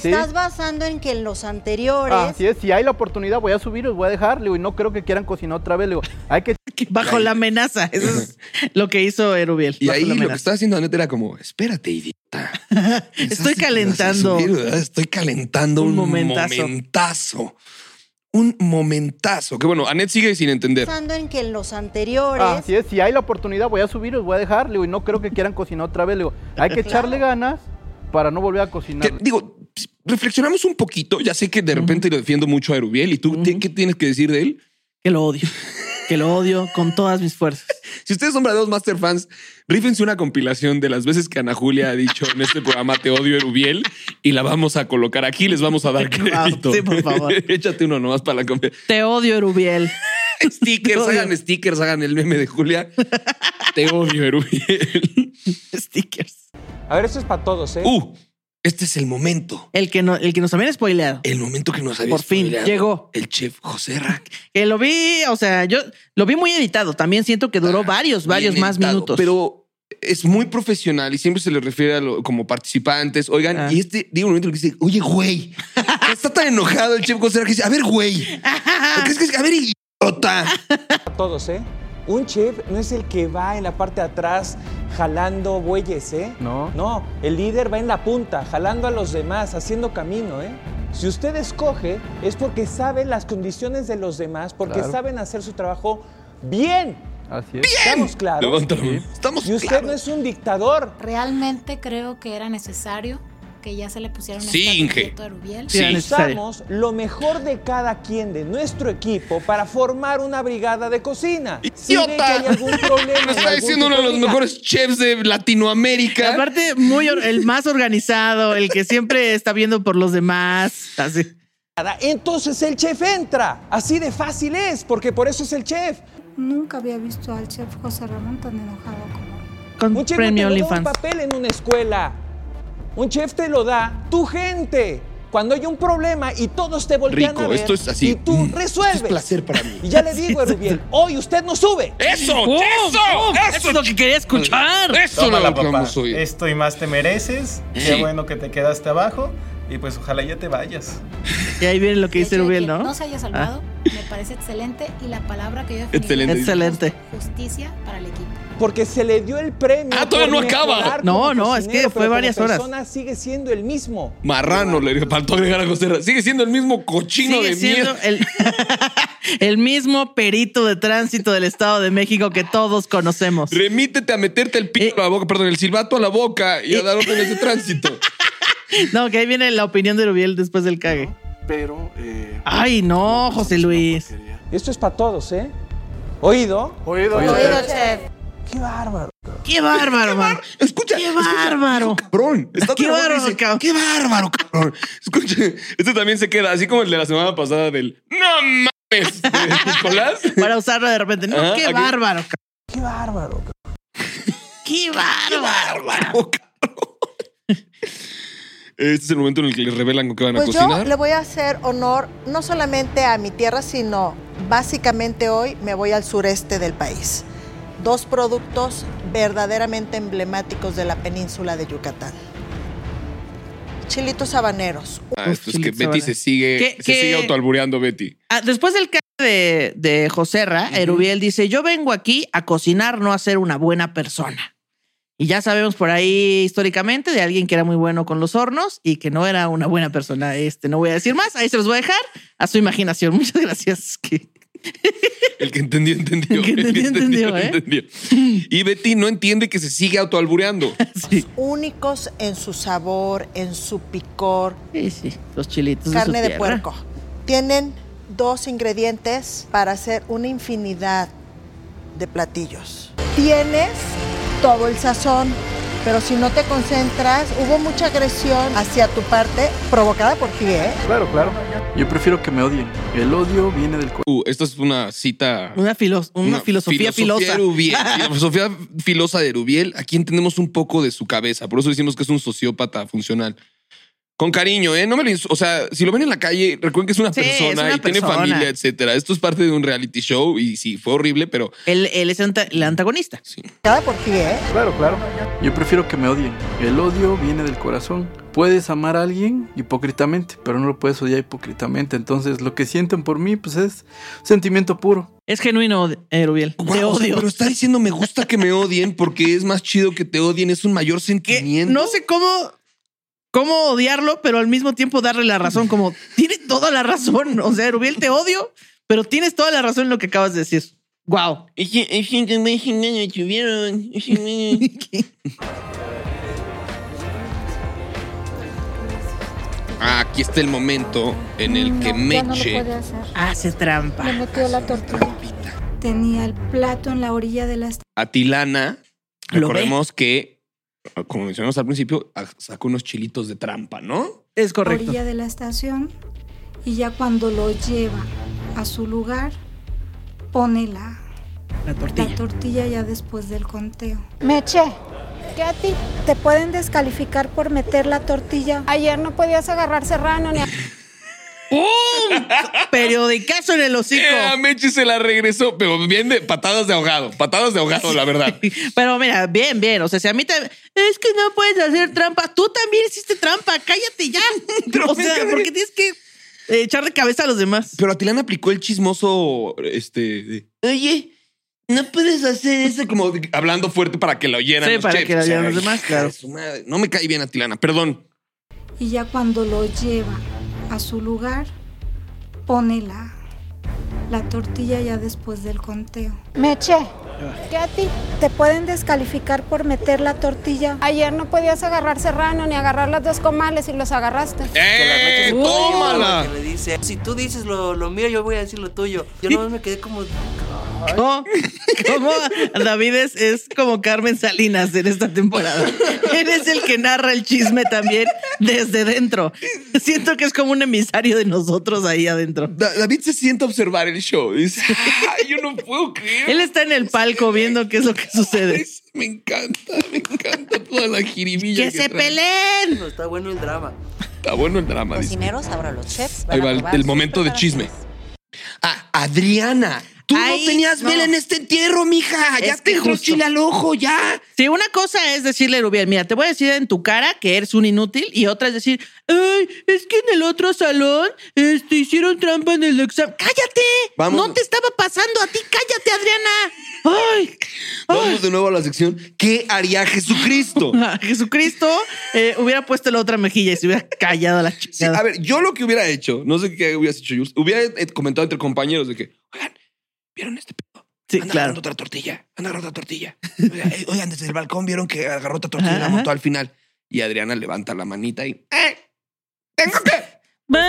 S9: Sí. Ah.
S7: estás basando en que en los anteriores
S9: Así es, si hay la oportunidad voy a subir, los voy a dejar, le digo, y no creo que quieran cocinar otra vez, le digo, hay que...
S2: Bajo la amenaza, eso es lo que hizo Erubiel.
S3: Y
S2: bajo
S3: ahí
S2: la
S3: lo que
S2: amenaza.
S3: estaba haciendo Annette era como: espérate, idiota.
S2: Estoy
S3: Vas
S2: calentando.
S3: a subir, ¿verdad? Estoy calentando
S2: Un
S3: un,
S2: momentazo.
S3: momentazo. Un momentazo. Que bueno, Annette sigue sin entender.
S7: basando en que en los anteriores
S9: Así es, si hay la oportunidad voy a subir, los voy a dejar, le digo, y no creo que quieran cocinar otra vez, le digo, hay que echarle ganas para no volver a cocinar.
S3: digo, reflexionamos un poquito. Ya sé que de repente lo defiendo mucho a Erubiel. ¿Y tú ¿qué- qué tienes que decir de él?
S2: Que lo odio. Que lo odio con todas mis fuerzas.
S3: si ustedes son verdaderos Master fans, rífense una compilación de las veces que Ana Julia ha dicho en este programa Te odio Erubiel y la vamos a colocar aquí. Les vamos a dar crédito.
S2: sí, por favor.
S3: Échate uno nomás para la comida.
S2: Te odio, Erubiel.
S3: Stickers, hagan stickers, hagan el meme de Julia. Te odio Erubiel.
S2: stickers.
S16: A ver, esto es para todos, ¿eh?
S3: Uh, este es el momento.
S2: El que, no, el que nos habían spoileado.
S3: El momento que nos había
S2: Por fin,
S3: spoileado,
S2: llegó.
S3: El chef José Rack.
S2: Que lo vi, o sea, yo lo vi muy editado. También siento que
S3: Ah,
S2: duró varios, varios
S3: bien
S2: más
S3: editado,
S2: minutos.
S3: Pero es muy profesional y siempre se le refiere a lo- como participantes. Oigan, y este digo un momento en el que dice, oye, güey, está tan enojado el chef José Rack que dice, a ver, güey, ¿por qué es que es- a ver, idiota?
S16: A todos, ¿eh? Un chef no es el que va en la parte de atrás jalando bueyes, ¿eh? No. No, el líder va en la punta, jalando a los demás, haciendo camino, ¿eh? Si usted escoge, es porque sabe las condiciones de los demás, porque
S9: Claro.
S16: saben hacer su trabajo bien.
S9: Así
S16: es. Estamos claros.
S3: Levanta la mano. Estamos
S16: Y usted no es un dictador.
S14: Realmente creo que era necesario que ya se le pusiera una
S16: Sí,
S14: estatua
S16: Inge.
S14: de Rubiel.
S16: Si usamos lo mejor de cada quien de nuestro equipo para formar una brigada de cocina. Si ven que hay algún problema,
S3: Me está
S16: algún
S3: diciendo uno de los
S16: tipo, diga,
S3: mejores chefs de
S2: Y
S3: Latinoamérica.
S2: aparte, muy or- el más organizado, el que siempre está viendo por los demás. Así.
S16: "Nada", Entonces el chef entra. Así de fácil es, porque por eso es el chef.
S14: Nunca había visto al chef José Ramón tan enojado como
S2: Con
S16: un chef
S2: premio
S16: no te lo da un
S2: OnlyFans.
S16: papel en una escuela. Un chef te lo da tu gente. Cuando hay un problema y todos te voltean
S3: Rico,
S16: a ver
S3: esto es así.
S16: y tú
S3: Mm,
S16: resuelves.
S3: esto es placer para mí.
S16: Y ya le digo a Rubiel, hoy usted no sube.
S3: ¡Eso!
S16: ¡Pum!
S3: ¡Eso!
S16: ¡Pum!
S3: ¡Eso!
S2: es lo que quería escuchar.
S3: Eso lo
S5: Tómala, papá.
S3: hablamos hoy.
S5: Esto y más te mereces. Qué
S3: Sí.
S5: bueno que te quedaste abajo. Y pues ojalá ya te vayas.
S2: Y ahí viene lo que dice Rubiel, ¿no? Ah.
S14: No se haya salvado, me parece excelente y la palabra que yo
S2: Excelente.
S14: definiría es
S2: Excelente.
S14: justicia para el equipo.
S16: Porque se le dio el premio.
S14: Ah, todavía
S16: por
S14: no acaba.
S16: mejorar
S2: No,
S16: como
S2: no, es que
S16: cocinero,
S2: fue
S16: pero como
S2: varias horas.
S16: persona sigue siendo el mismo.
S3: Marrano, le faltó agregar a José Rack. Sigue siendo el mismo cochino
S2: Sigue
S3: de
S2: siendo
S3: mierda.
S2: el, el mismo perito de tránsito del Estado de México que todos conocemos.
S3: Remítete a meterte el
S2: Eh.
S3: pito a la boca, perdón, el silbato a la boca y a dar órdenes de tránsito.
S2: No, que ahí viene la opinión de Rubiel después del cague.
S9: Pero, eh,
S2: Ay, no, José Luis.
S4: Esto es para todos, ¿eh? ¿Oído?
S9: Oído,
S4: Qué bárbaro.
S2: Qué bárbaro, man.
S3: Escucha.
S2: Qué bárbaro.
S3: Cabrón. Está
S2: Qué
S3: trabado,
S2: bárbaro,
S3: dice,
S2: cabrón.
S3: Qué bárbaro, cabrón. Escucha, este también se queda así como el de la semana pasada del no mames de Nicolás.
S2: Para usarlo de repente. No,
S3: Ajá,
S2: qué
S3: aquí.
S2: bárbaro. cabrón.
S4: Qué bárbaro.
S2: Qué bárbaro.
S3: Este es el momento en el que les revelan con qué van a
S7: Pues yo
S3: cocinar.
S7: le voy a hacer honor no solamente a mi tierra, sino básicamente hoy me voy al sureste del país. Dos productos verdaderamente emblemáticos de la península de Yucatán. Chilitos habaneros.
S3: Ah, esto es que
S2: Chilito,
S3: Betty
S2: vale.
S3: se sigue,
S2: ¿Qué-
S3: se
S2: qué?
S3: sigue autoalbureando, Betty.
S2: Ah, después del cague de, de Joserra, Erubiel dice: Yo vengo aquí a cocinar, no a ser una buena persona. Y ya sabemos por ahí históricamente de alguien que era muy bueno con los hornos y que no era una buena persona. Este, no voy a decir más, ahí se los voy a dejar a su imaginación. Muchas gracias. Que-
S3: El que entendió, entendió.
S2: El que entendió, entendió, ¿eh?
S3: entendió. Y Betty no entiende que se sigue autoalbureando.
S7: Únicos en su sabor, en su picor.
S2: Sí, sí, los chilitos. su
S7: carne de
S2: tierra.
S7: puerco. Tienen dos ingredientes para hacer una infinidad de platillos. Tienes todo el sazón, pero si no te concentras, hubo mucha agresión hacia tu parte provocada por ti, ¿eh?
S9: Claro, claro. Yo prefiero que me odien. El odio viene del corazón.
S3: Uh, esta es una cita.
S2: Una, filo- una filosofía filosa.
S3: Erubiel, filosofía filosa de Rubiel. Aquí entendemos un poco de su cabeza. Por eso decimos que es un sociópata funcional. Con cariño, ¿eh? No me lo ins- O sea, si lo ven en la calle, recuerden que es una
S2: Sí, es
S3: persona
S2: una
S3: y tiene
S2: persona.
S3: familia, etcétera. Esto es parte de un reality show y sí, fue horrible, pero
S2: Él, él es anta- el antagonista.
S7: Cada por ti, ¿eh?
S9: Claro, claro. Yo prefiero que me odien. El odio viene del corazón. Puedes amar a alguien hipócritamente, pero no lo puedes odiar hipócritamente. Entonces, lo que sienten por mí, pues es sentimiento puro.
S2: Es genuino, Erubiel. Te
S3: Guau, o sea,
S2: odio.
S3: pero está diciendo me gusta que me odien porque es más chido que te odien, es un mayor sentimiento.
S2: No sé cómo, cómo odiarlo, pero al mismo tiempo darle la razón. Como tiene toda la razón. O sea, Rubiel, te odio, pero tienes toda la razón en lo que acabas de decir. Wow.
S3: Ah, aquí está el momento en el que
S17: ya Mm, no lo
S3: Meche
S17: puede hacer.
S2: Hace trampa.
S17: Le metió la tortilla. Tenía el plato en la orilla de la estación.
S3: Atilana,
S2: Lo ve.
S3: recordemos que, como mencionamos al principio, a- sacó unos chilitos de trampa, ¿no?
S2: Es
S17: orilla de la estación y ya cuando lo lleva a su lugar pone la,
S2: La
S17: la tortilla ya después del conteo. Meche, ¿qué a ti? ¿Te pueden descalificar por meter la tortilla? Ayer no podías agarrar serrano ni
S2: ¡Pum! Periodicazo en el hocico.
S3: Eh, a Meche se la regresó, pero bien de patadas de ahogado, patadas de ahogado, la verdad.
S2: Eh, Pero mira, bien, bien. O sea, si a mí te. Es que no puedes hacer trampa. Tú también hiciste trampa. Cállate ya. o sea, porque tienes que eh, echar de cabeza a los demás.
S3: Pero Atilana aplicó el chismoso, este, de, oye, no puedes hacer eso como de- hablando fuerte para que la oyeran
S2: Sí,
S3: los
S2: para
S3: chefs.
S2: que la
S3: O sea,
S2: oyeran los
S3: hija
S2: demás,
S3: de
S2: claro.
S3: su madre. No me cae bien Atilana, perdón.
S17: y ya cuando lo lleva a su lugar pone la, la tortilla ya después del conteo. Meche, ¿qué a ti? ¿Te pueden descalificar por meter la tortilla?
S14: Ayer no podías agarrar serrano ni agarrar las dos comales y los agarraste.
S3: ¡Eh!
S14: Uy.
S3: ¡Tómala!
S12: Que le dice, si tú dices lo, lo mío, yo voy a decir lo tuyo. Yo no me quedé como...
S2: ¿Cómo, cómo David es, es como Carmen Salinas en esta temporada? Él es el que narra el chisme también desde dentro. Siento que es como un emisario de nosotros ahí adentro.
S3: Da- David se sienta a observar el show. Dice, "Ay, yo no puedo creer.
S2: Él está en el palco viendo qué es lo que sucede.
S3: Me encanta, me encanta toda la jiribilla.
S2: ¡Que se
S3: trae".
S2: peleen!
S12: No, está bueno el drama.
S3: Está bueno el drama.
S17: Pues
S3: dice.
S7: Cocineros, ahora los chefs.
S3: Ahí va el, el momento de chisme. Ah, Adriana, tú
S2: Ahí,
S3: no tenías
S2: no.
S3: vela en este entierro, mija. ya
S2: Es
S3: te
S2: que
S3: entró
S2: justo.
S3: chile al ojo, ya.
S2: Sí, una cosa es decirle, Rubiel, mira, te voy a decir en tu cara que eres un inútil y otra es decir, ay, es que en el otro salón este, hicieron trampa en el examen. ¡Cállate!
S3: Vamos.
S2: No te estaba pasando a ti, cállate, Adriana. ¡Ay!
S3: Vamos de nuevo a la sección. ¿Qué haría Jesucristo?
S2: Ah, Jesucristo eh, hubiera puesto la otra mejilla y se hubiera callado la
S3: Sí,
S2: chingada.
S3: a ver, yo lo que hubiera hecho, no sé qué hubieras hecho, Jules, hubiera eh, comentado entre compañeros de que,
S18: ¿Vieron este pedo?
S2: Sí,
S18: anda
S2: claro.
S18: agarrando otra tortilla. Anda agarrando otra tortilla. Oigan, eh, oigan, desde el balcón vieron que agarró otra tortilla y la
S2: Ajá,
S18: montó al final. Y Adriana levanta la manita y
S14: gustaría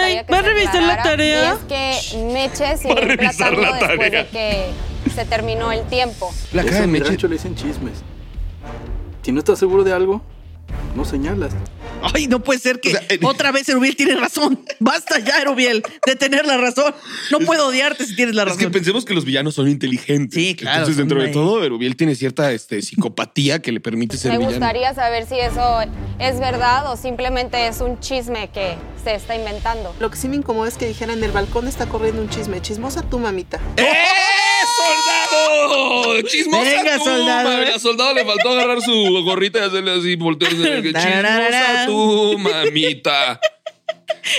S14: que
S2: ¿va a
S14: se
S2: revisar la
S14: aclarara.
S2: tarea?
S14: Y es que Meche
S18: Va a
S14: sigue
S18: revisar
S14: tratando
S18: la
S14: después
S18: tarea.
S14: de que se terminó el tiempo.
S18: La cara
S9: Eso
S18: de
S9: en mi
S18: Meche.
S9: rancho le dicen chismes. Si no estás seguro de algo, no señalas.
S2: Ay, no puede ser que
S18: eh,
S2: otra vez Erubiel tiene razón. Basta ya, Erubiel, de tener la razón. No puedo odiarte si tienes la
S3: Es que
S2: razón.
S3: pensemos que los villanos son inteligentes. Sí,
S2: claro,
S3: Entonces,
S2: son
S3: dentro de
S2: ahí.
S3: todo, Erubiel tiene cierta este, psicopatía que le permite ser
S14: Me
S3: villano.
S14: gustaría saber si eso es verdad o simplemente es un chisme que se está inventando.
S8: Lo que sí me incomoda es que dijera en el balcón está corriendo un chisme. Chismosa tu mamita.
S2: Eh,
S3: ¡Soldado! ¡Oh, ¡Chismosa
S8: Venga,
S3: tú,
S8: soldado.
S18: ¿eh?
S2: eh!
S3: mami! Al soldado le faltó agarrar su gorrita y hacerle así, voltear. y decirle, ¡Chismosa
S2: Tararara.
S3: tú, mamita!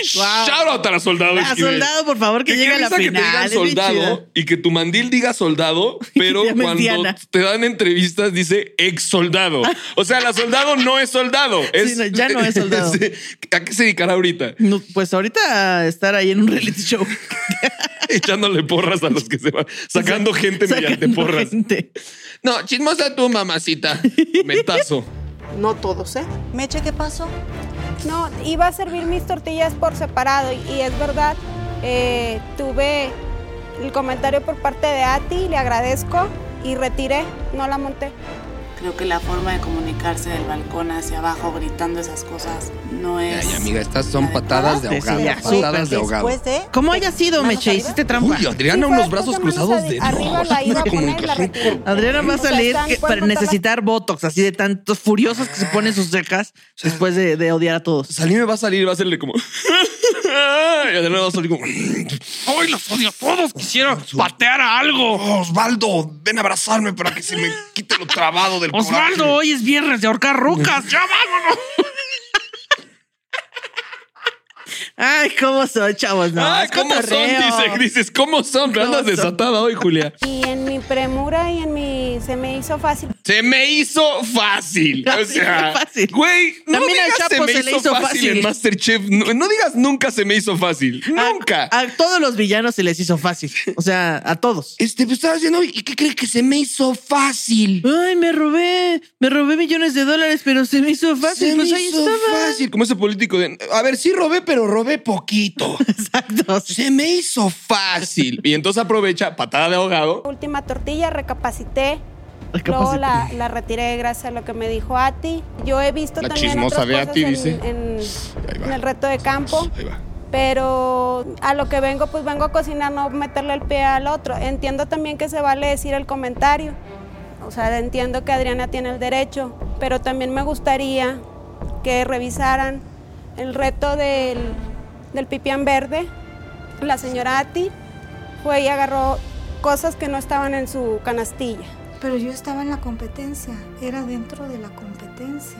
S3: Shout out a la soldado.
S2: La
S3: Esquivel.
S2: Ah, soldado, por favor, que
S3: Qué
S2: llegue a la
S3: risa que te
S2: final.
S3: digan
S2: es bien
S3: soldado
S2: chida.
S3: y que tu mandil diga soldado, pero
S2: llames
S3: cuando
S2: Diana.
S3: te dan entrevistas dice ex soldado. O sea, la soldado no es soldado. Es,
S2: no, ya no es soldado.
S3: Sí. ¿A qué se dedicará ahorita?
S2: No, pues ahorita estar ahí en un reality show.
S3: Echándole porras a los que se van, sacando gente mediante porras. No, chismosa tu mamacita. Mentazo.
S8: No todos, ¿eh?
S11: Meche, ¿qué pasó? No, iba a servir mis tortillas por separado y, y es verdad, eh, tuve el comentario por parte de Ati, le agradezco y retiré, no la monté.
S19: Creo que la forma de comunicarse del balcón hacia abajo gritando esas cosas no es.
S18: Ay, amiga, estas son patadas de ahogado.
S2: Ah, Sí, ya, súper.
S18: patadas de ahogado.
S2: de- ¿Cómo haya sido, Meche? Hiciste trampa.
S18: Uy, Adriana, unos brazos cruzados de
S2: arriba
S18: no, una comunicación.
S2: Adriana va a
S18: O sea,
S2: salir
S18: están-
S2: que-
S18: pueden
S2: para necesitar botox, así de tantos furiosos que se ponen sus secas después de, de odiar a todos.
S3: Salime va a salir, va a hacerle como. Y Adriana va a salir como.
S18: ¡Ay, los odio a todos! Quisiera patear a algo. Osvaldo, ven a abrazarme para que se me quite lo trabado del
S2: Osvaldo,
S18: hoy es viernes de ahorcar rucas. ¡Ya vámonos!
S2: Ay, ¿cómo son, chavos? No,
S3: Ay,
S2: es
S3: ¿cómo son?
S2: cotorreo.
S3: Dice, dices, ¿cómo son? Me andas desatada hoy, Julia.
S11: Y en mi premura y en mi... se me hizo fácil.
S3: Se me hizo fácil. O
S11: Así
S3: sea,
S11: de fácil.
S3: güey, no
S2: También al
S3: digas
S2: Chapo
S3: se me hizo fácil, en Masterchef. No, no digas nunca se me hizo fácil. Nunca.
S2: A todos los villanos se les hizo fácil. O sea, a todos.
S18: Este, pues estaba diciendo, ¿y qué crees que se me hizo fácil?
S2: Ay, me robé, me robé millones de dólares, pero se me hizo fácil.
S18: Se
S2: pues
S18: me
S2: ahí
S18: hizo
S2: estaba.
S18: fácil, como ese político de, a ver, sí robé, pero robé poquito.
S2: Exacto.
S18: Se me hizo
S3: Fácil. Y entonces aprovecha, patada de ahogado.
S11: Última tortilla, recapacité. Luego
S3: Recapacité.
S11: la, la retiré gracias a lo que me dijo Ati. Yo he visto
S3: La
S11: también
S3: chismosa
S11: otras
S3: de
S11: cosas
S3: Ati,
S11: en,
S3: dice.
S11: en- en el reto de campo. Pero a lo que vengo, pues vengo a cocinar, no meterle el pie al otro. Entiendo también que se vale decir el comentario. O sea, entiendo que Adriana tiene el derecho, pero también me gustaría que revisaran el reto del, del pipián verde. La señora Ati fue y agarró cosas que no estaban en su canastilla.
S17: Pero yo estaba en la competencia, era dentro de la competencia.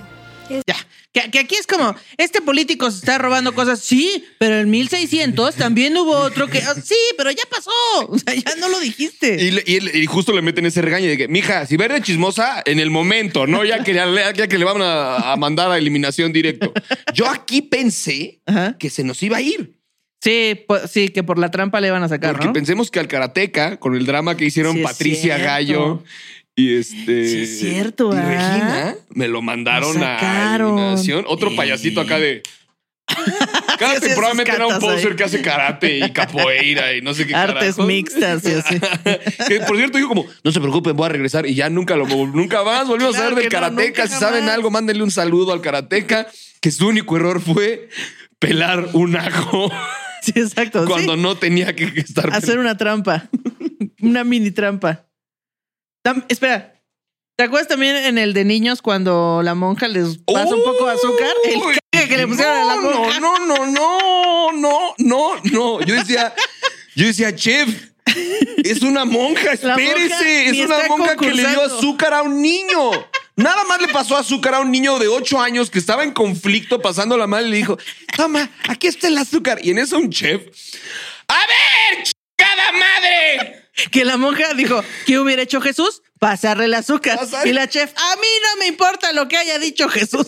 S2: Ya, que, que aquí es como, este político se está robando cosas, sí, pero en 1600 también hubo otro que, ah, sí, pero ya pasó, o sea, ya no lo dijiste.
S3: Y, le- y le- y justo le meten ese regaño de que, mija, si verde chismosa, en el momento, ¿no? Ya que, ya, que le van a, a mandar a eliminación directo.
S18: Yo aquí pensé que se nos iba a ir.
S2: Sí, po- sí, que por la trampa le van a sacar,
S3: Porque
S2: ¿no?
S3: pensemos que al karateca, con el drama que hicieron
S2: Sí, es
S3: Patricia
S2: cierto.
S3: Gallo y este.
S2: es cierto,
S3: y
S2: ah.
S3: Regina, me lo mandaron
S2: Lo
S3: a
S2: sacaron.
S3: eliminación. Otro payasito acá de. Cada
S2: sus
S3: temporada meten a un
S2: catas ahí.
S3: poser que hace karate y capoeira y no sé qué
S2: Artes
S3: carajo.
S2: mixtas y así.
S3: Que por cierto dijo como, no se preocupen, voy a regresar y ya nunca lo nunca más volvimos
S2: Claro
S3: a hablar del
S2: que no,
S3: karateca.
S2: nunca
S3: Si saben
S2: jamás.
S3: algo, mándenle un saludo al karateca, que su único error fue pelar un ajo.
S2: Sí, exacto.
S3: Cuando no tenía que estar
S2: Hacer una trampa, una mini trampa. Tam- espera, ¿te acuerdas también en el de niños cuando la monja les pasa un poco de azúcar? El cague que le pusieron a la
S3: no,
S2: monja.
S3: No, no, no, no, no, no. Yo decía, yo decía, chef, es una monja,
S2: La monja
S3: espérese.
S2: ni
S3: es una
S2: está
S3: monja que le dio
S2: concursando.
S3: azúcar a un niño. Nada más le pasó azúcar a un niño de 8 años que estaba en conflicto pasándola mal y le dijo, toma, aquí está el azúcar. Y en eso un chef, ¡a ver, chingada madre!
S2: Que la monja dijo, ¿qué hubiera hecho Jesús? Pasarle el azúcar.
S3: Pasar-
S2: Y la chef, a mí no me importa lo que haya dicho Jesús.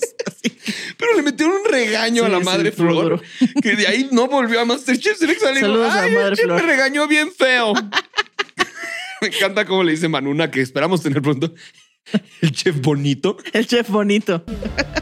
S3: Pero le metieron un regaño a
S2: Sí,
S3: la
S2: sí,
S3: madre
S2: estuvo
S3: Flor, que de ahí no volvió a Masterchef. Se le salió,
S2: Saludos a
S3: "Ay, el
S2: Madre
S3: chef
S2: Flor".
S3: me regañó bien feo. Me encanta cómo le dice Manuna que esperamos tener pronto el chef bonito.
S2: El chef bonito.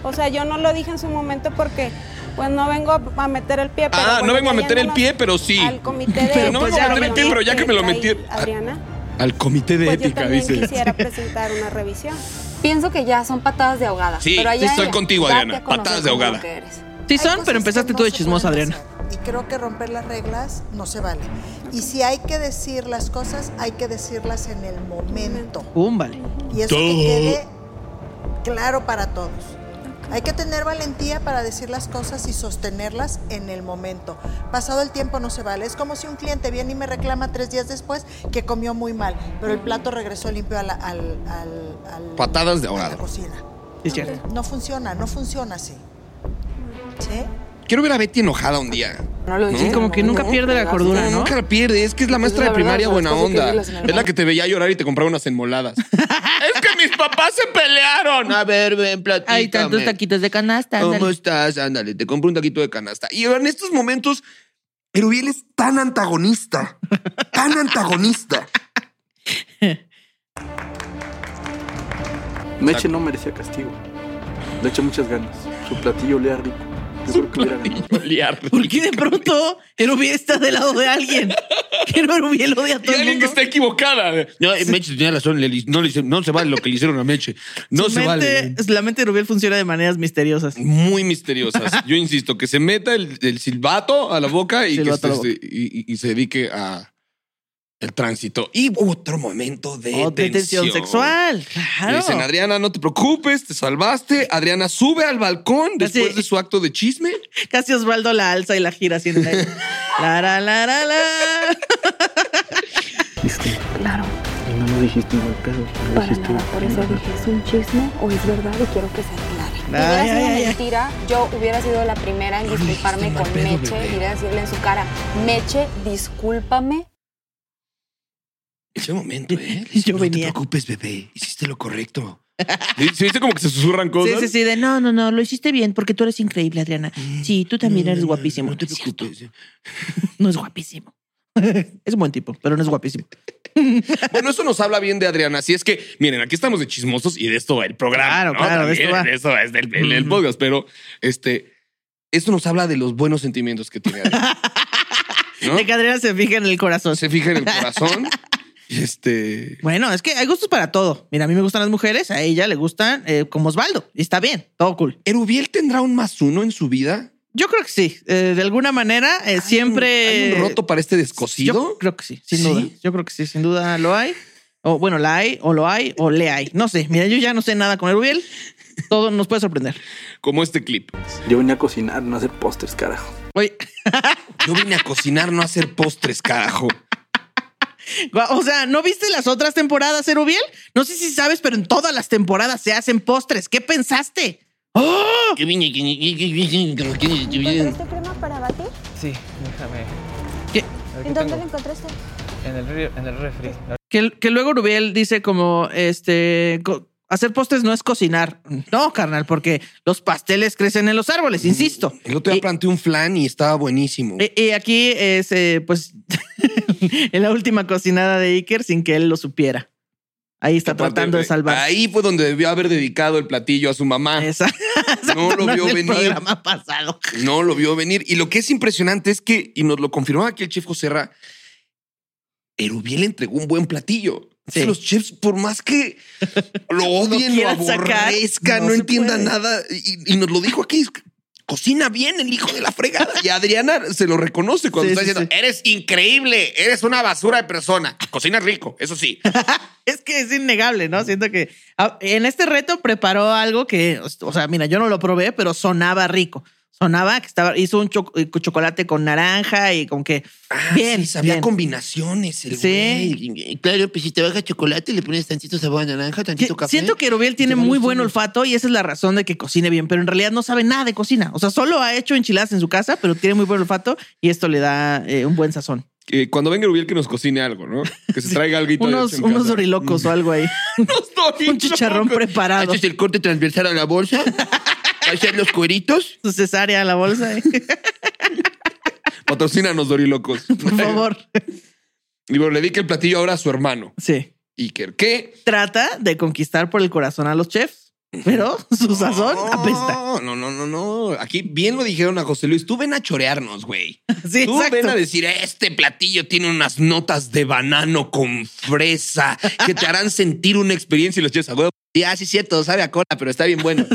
S11: O sea, yo no lo dije en su momento porque pues no vengo a meter el pie. pero
S3: Ah,
S11: bueno,
S3: no vengo a meter el
S11: yéndonos
S3: pie, pero sí.
S11: Al comité pues de
S3: Pero no vengo a meter el pie, pero Pues ya que me lo metí.
S11: Adriana,
S3: Al comité de
S11: pues yo
S3: ética,
S11: también
S3: dice.
S11: quisiera presentar una revisión.
S14: Pienso que ya son patadas de ahogada.
S3: Sí,
S14: pero allá
S3: sí estoy
S14: ella,
S3: contigo,
S14: date
S3: Adriana.
S14: a conocer
S3: Patadas de
S14: como lo
S3: ahogada.
S14: que eres.
S2: Sí son, pero empezaste tú de chismosa, Adriana.
S7: Y creo que romper las reglas no se vale. Y si hay que decir las cosas, hay que decirlas en el momento.
S2: Pum, vale.
S7: Y eso que quede claro para todos. Hay que tener valentía para decir las cosas y sostenerlas en el momento. Pasado el tiempo no se vale. Es como si un cliente viene y me reclama tres días después que comió muy mal, pero el plato regresó limpio a la, al- al- al-
S3: Patadas de
S7: a la
S3: ahogado.
S7: cocina.
S2: Es cierto.
S7: No funciona, no funciona así. ¿Sí?
S3: Quiero ver a Betty enojada un día.
S7: No lo
S2: Sí, como que nunca pierde la cordura, ¿no?
S3: Nunca la pierde. Es que es la maestra de
S2: la verdad,
S3: primaria
S2: las
S3: buena
S2: cosas que
S3: onda.
S2: violas en el
S3: Es la que te veía llorar y te compraba unas enmoladas. es que mis papás se pelearon. A ver, ven, platícame.
S2: Hay tantos taquitos de canasta.
S3: ¿Cómo
S2: ándale.
S3: estás? Ándale, te compro un taquito de canasta. Y en estos momentos, Erubiel es tan antagonista. tan antagonista.
S9: Meche no merecía castigo. Le echa muchas ganas. Su platillo olía rico. Yo creo que hubiera ganado.
S2: ¿Por qué de pronto Erubiel está del lado de alguien? Que no Erubiel odia a todo
S3: Y
S2: el
S3: alguien
S2: mundo.
S3: que está equivocada. No, Meche tenía razón. le- No, le hice- no se vale lo que le hicieron a Meche. No
S2: Su
S3: se vale.
S2: mente- La mente de Erubiel funciona de maneras misteriosas.
S3: Muy misteriosas. Yo insisto, que se meta el, el silbato a la boca y, que
S2: Silbato a la
S3: se,
S2: boca.
S3: y- y- y se dedique a el tránsito. Y otro momento de
S2: Oh, de tensión sexual.
S3: Le
S2: Claro.
S3: dicen, Adriana, no te preocupes, te salvaste. Adriana sube al balcón después de su acto de chisme.
S2: Casi Osvaldo la alza y la gira así en el aire. La, la, la, la, la.
S14: Claro,
S9: No lo dijiste mal pedo.
S14: para nada. Por eso dije, ¿es un chisme o es verdad? Y quiero que se aclare. hubiera
S9: Ay,
S14: sido
S9: ay, ay.
S14: mentira, yo hubiera sido la primera en
S3: este
S14: disculparme con Meche. Iría a decirle en su cara, Meche, discúlpame.
S3: Ese momento, ¿eh? Yo venía. No te preocupes, bebé. Hiciste lo correcto. ¿Se viste como que se susurran
S2: Sí,
S3: cosas?
S2: sí, sí, de no, no, no, lo hiciste bien porque tú eres increíble, Adriana. Sí, tú también eres guapísimo. No, es cierto. No es guapísimo. es buen tipo, pero no es guapísimo.
S3: Bueno, eso nos habla bien de Adriana. Así es que, miren, aquí estamos de chismosos y de esto va el programa.
S2: Claro,
S3: ¿no?
S2: claro, de esto
S3: También
S2: va.
S3: Eso es del, el- el podcast, pero este, esto nos habla de los buenos sentimientos que tiene Adriana.
S2: De que Adriana se fija en el corazón.
S3: Se fija en el corazón. Y este.
S2: Bueno, es que hay gustos para todo. Mira, a mí me gustan las mujeres, a ella le gustan eh, como Osvaldo. Y está bien, todo cool.
S3: ¿Erubiel tendrá un más uno en su vida?
S2: Yo creo que sí. Eh, de alguna manera, eh, siempre.
S3: ¿Hay un roto para este descosido?
S2: Yo creo que sí, sin duda. Yo creo que sí, sin duda lo hay. O bueno, la hay, o lo hay, o le hay. No sé. Mira, yo ya no sé nada con Erubiel. Todo nos puede sorprender.
S3: Como este clip.
S9: Yo venía a cocinar, no a hacer postres, carajo.
S2: Oye,
S3: Yo vine a cocinar, no a hacer postres, carajo.
S2: Gua- O sea, ¿no viste las otras temporadas, Erubiel? No sé si sabes, pero en todas las temporadas se hacen postres. ¿Qué pensaste? ¡Oh!
S3: Que vine, que vine, que vine, que vine, que vine.
S20: ¿Encontraste ¿Este crema para batir?
S21: Sí, déjame.
S2: ¿Qué?
S20: ¿En dónde la encontraste?
S21: En el, re- en el refri.
S2: Que, que luego Erubiel dice como, este, co- hacer postres no es cocinar. No, carnal, porque los pasteles crecen en los árboles, insisto.
S3: Mm, El otro día planteé un flan y estaba buenísimo.
S2: Y, y aquí es, eh, pues, en la última cocinada de Iker sin que él lo supiera. Ahí está tratando de salvar.
S3: Ahí fue donde debió haber dedicado el platillo a su mamá. No lo
S2: No
S3: vio
S2: es el
S3: venir.
S2: programa pasado.
S3: No lo vio venir. Y lo que es impresionante es que, y nos lo confirmaba aquí el chef José Ra, Erubiel entregó un buen platillo.
S2: Sí.
S3: Los chefs, por más que lo
S2: Lo
S3: odien, lo,
S2: quieran sacar,
S3: aborrezcan,
S2: no
S3: no,
S2: se
S3: entiendan
S2: puede.
S3: nada, y, y nos lo dijo aquí, cocina bien el hijo de la fregada. Y Adriana se lo reconoce cuando
S2: Sí,
S3: está
S2: sí,
S3: diciendo, eres increíble, eres una basura de persona, cocinas rico, eso sí.
S2: Es que es innegable, ¿no? Siento que ah, en este reto preparó algo que, o sea, mira, yo no lo probé, pero sonaba rico. Sonaba que estaba, hizo un cho- eh, chocolate con naranja y como que bien.
S3: Ah, sabía
S2: bien.
S3: combinaciones el
S2: Sí.
S3: güey. Claro, pues si te baja chocolate le pones tantito sabor a naranja, tantito café.
S2: Siento que Erubiel tiene muy buen olfato y esa es la razón de que cocine bien, pero en realidad no sabe nada de cocina. O sea, solo ha hecho enchiladas en su casa, pero tiene muy buen olfato y esto le da eh, un buen sazón.
S3: Que cuando venga Erubiel que nos cocine algo, ¿no? Que se traiga algo
S2: Unos, unos dorilocos o algo ahí. un chicharrón preparado.
S3: el corte transversal a la bolsa. Hacer los cueritos.
S2: Su cesárea a la bolsa. eh.
S3: Patrocínanos, Mm. dorilocos.
S2: Por favor.
S3: Y bueno, le dedica el platillo ahora a su hermano.
S2: Sí.
S3: Iker, ¿qué?
S2: Trata de conquistar por el corazón a los chefs, pero su sazón apesta.
S3: No, no, no, no, no. Aquí bien lo dijeron a José Luis. Tú ven a chorearnos, güey.
S2: Sí,
S3: Tú
S2: exacto.
S3: ven a decir, este platillo tiene unas notas de banano con fresa que te harán sentir una experiencia y los chefs a huevo. Sí, ah, sí, cierto, sabe a cola, pero está bien bueno.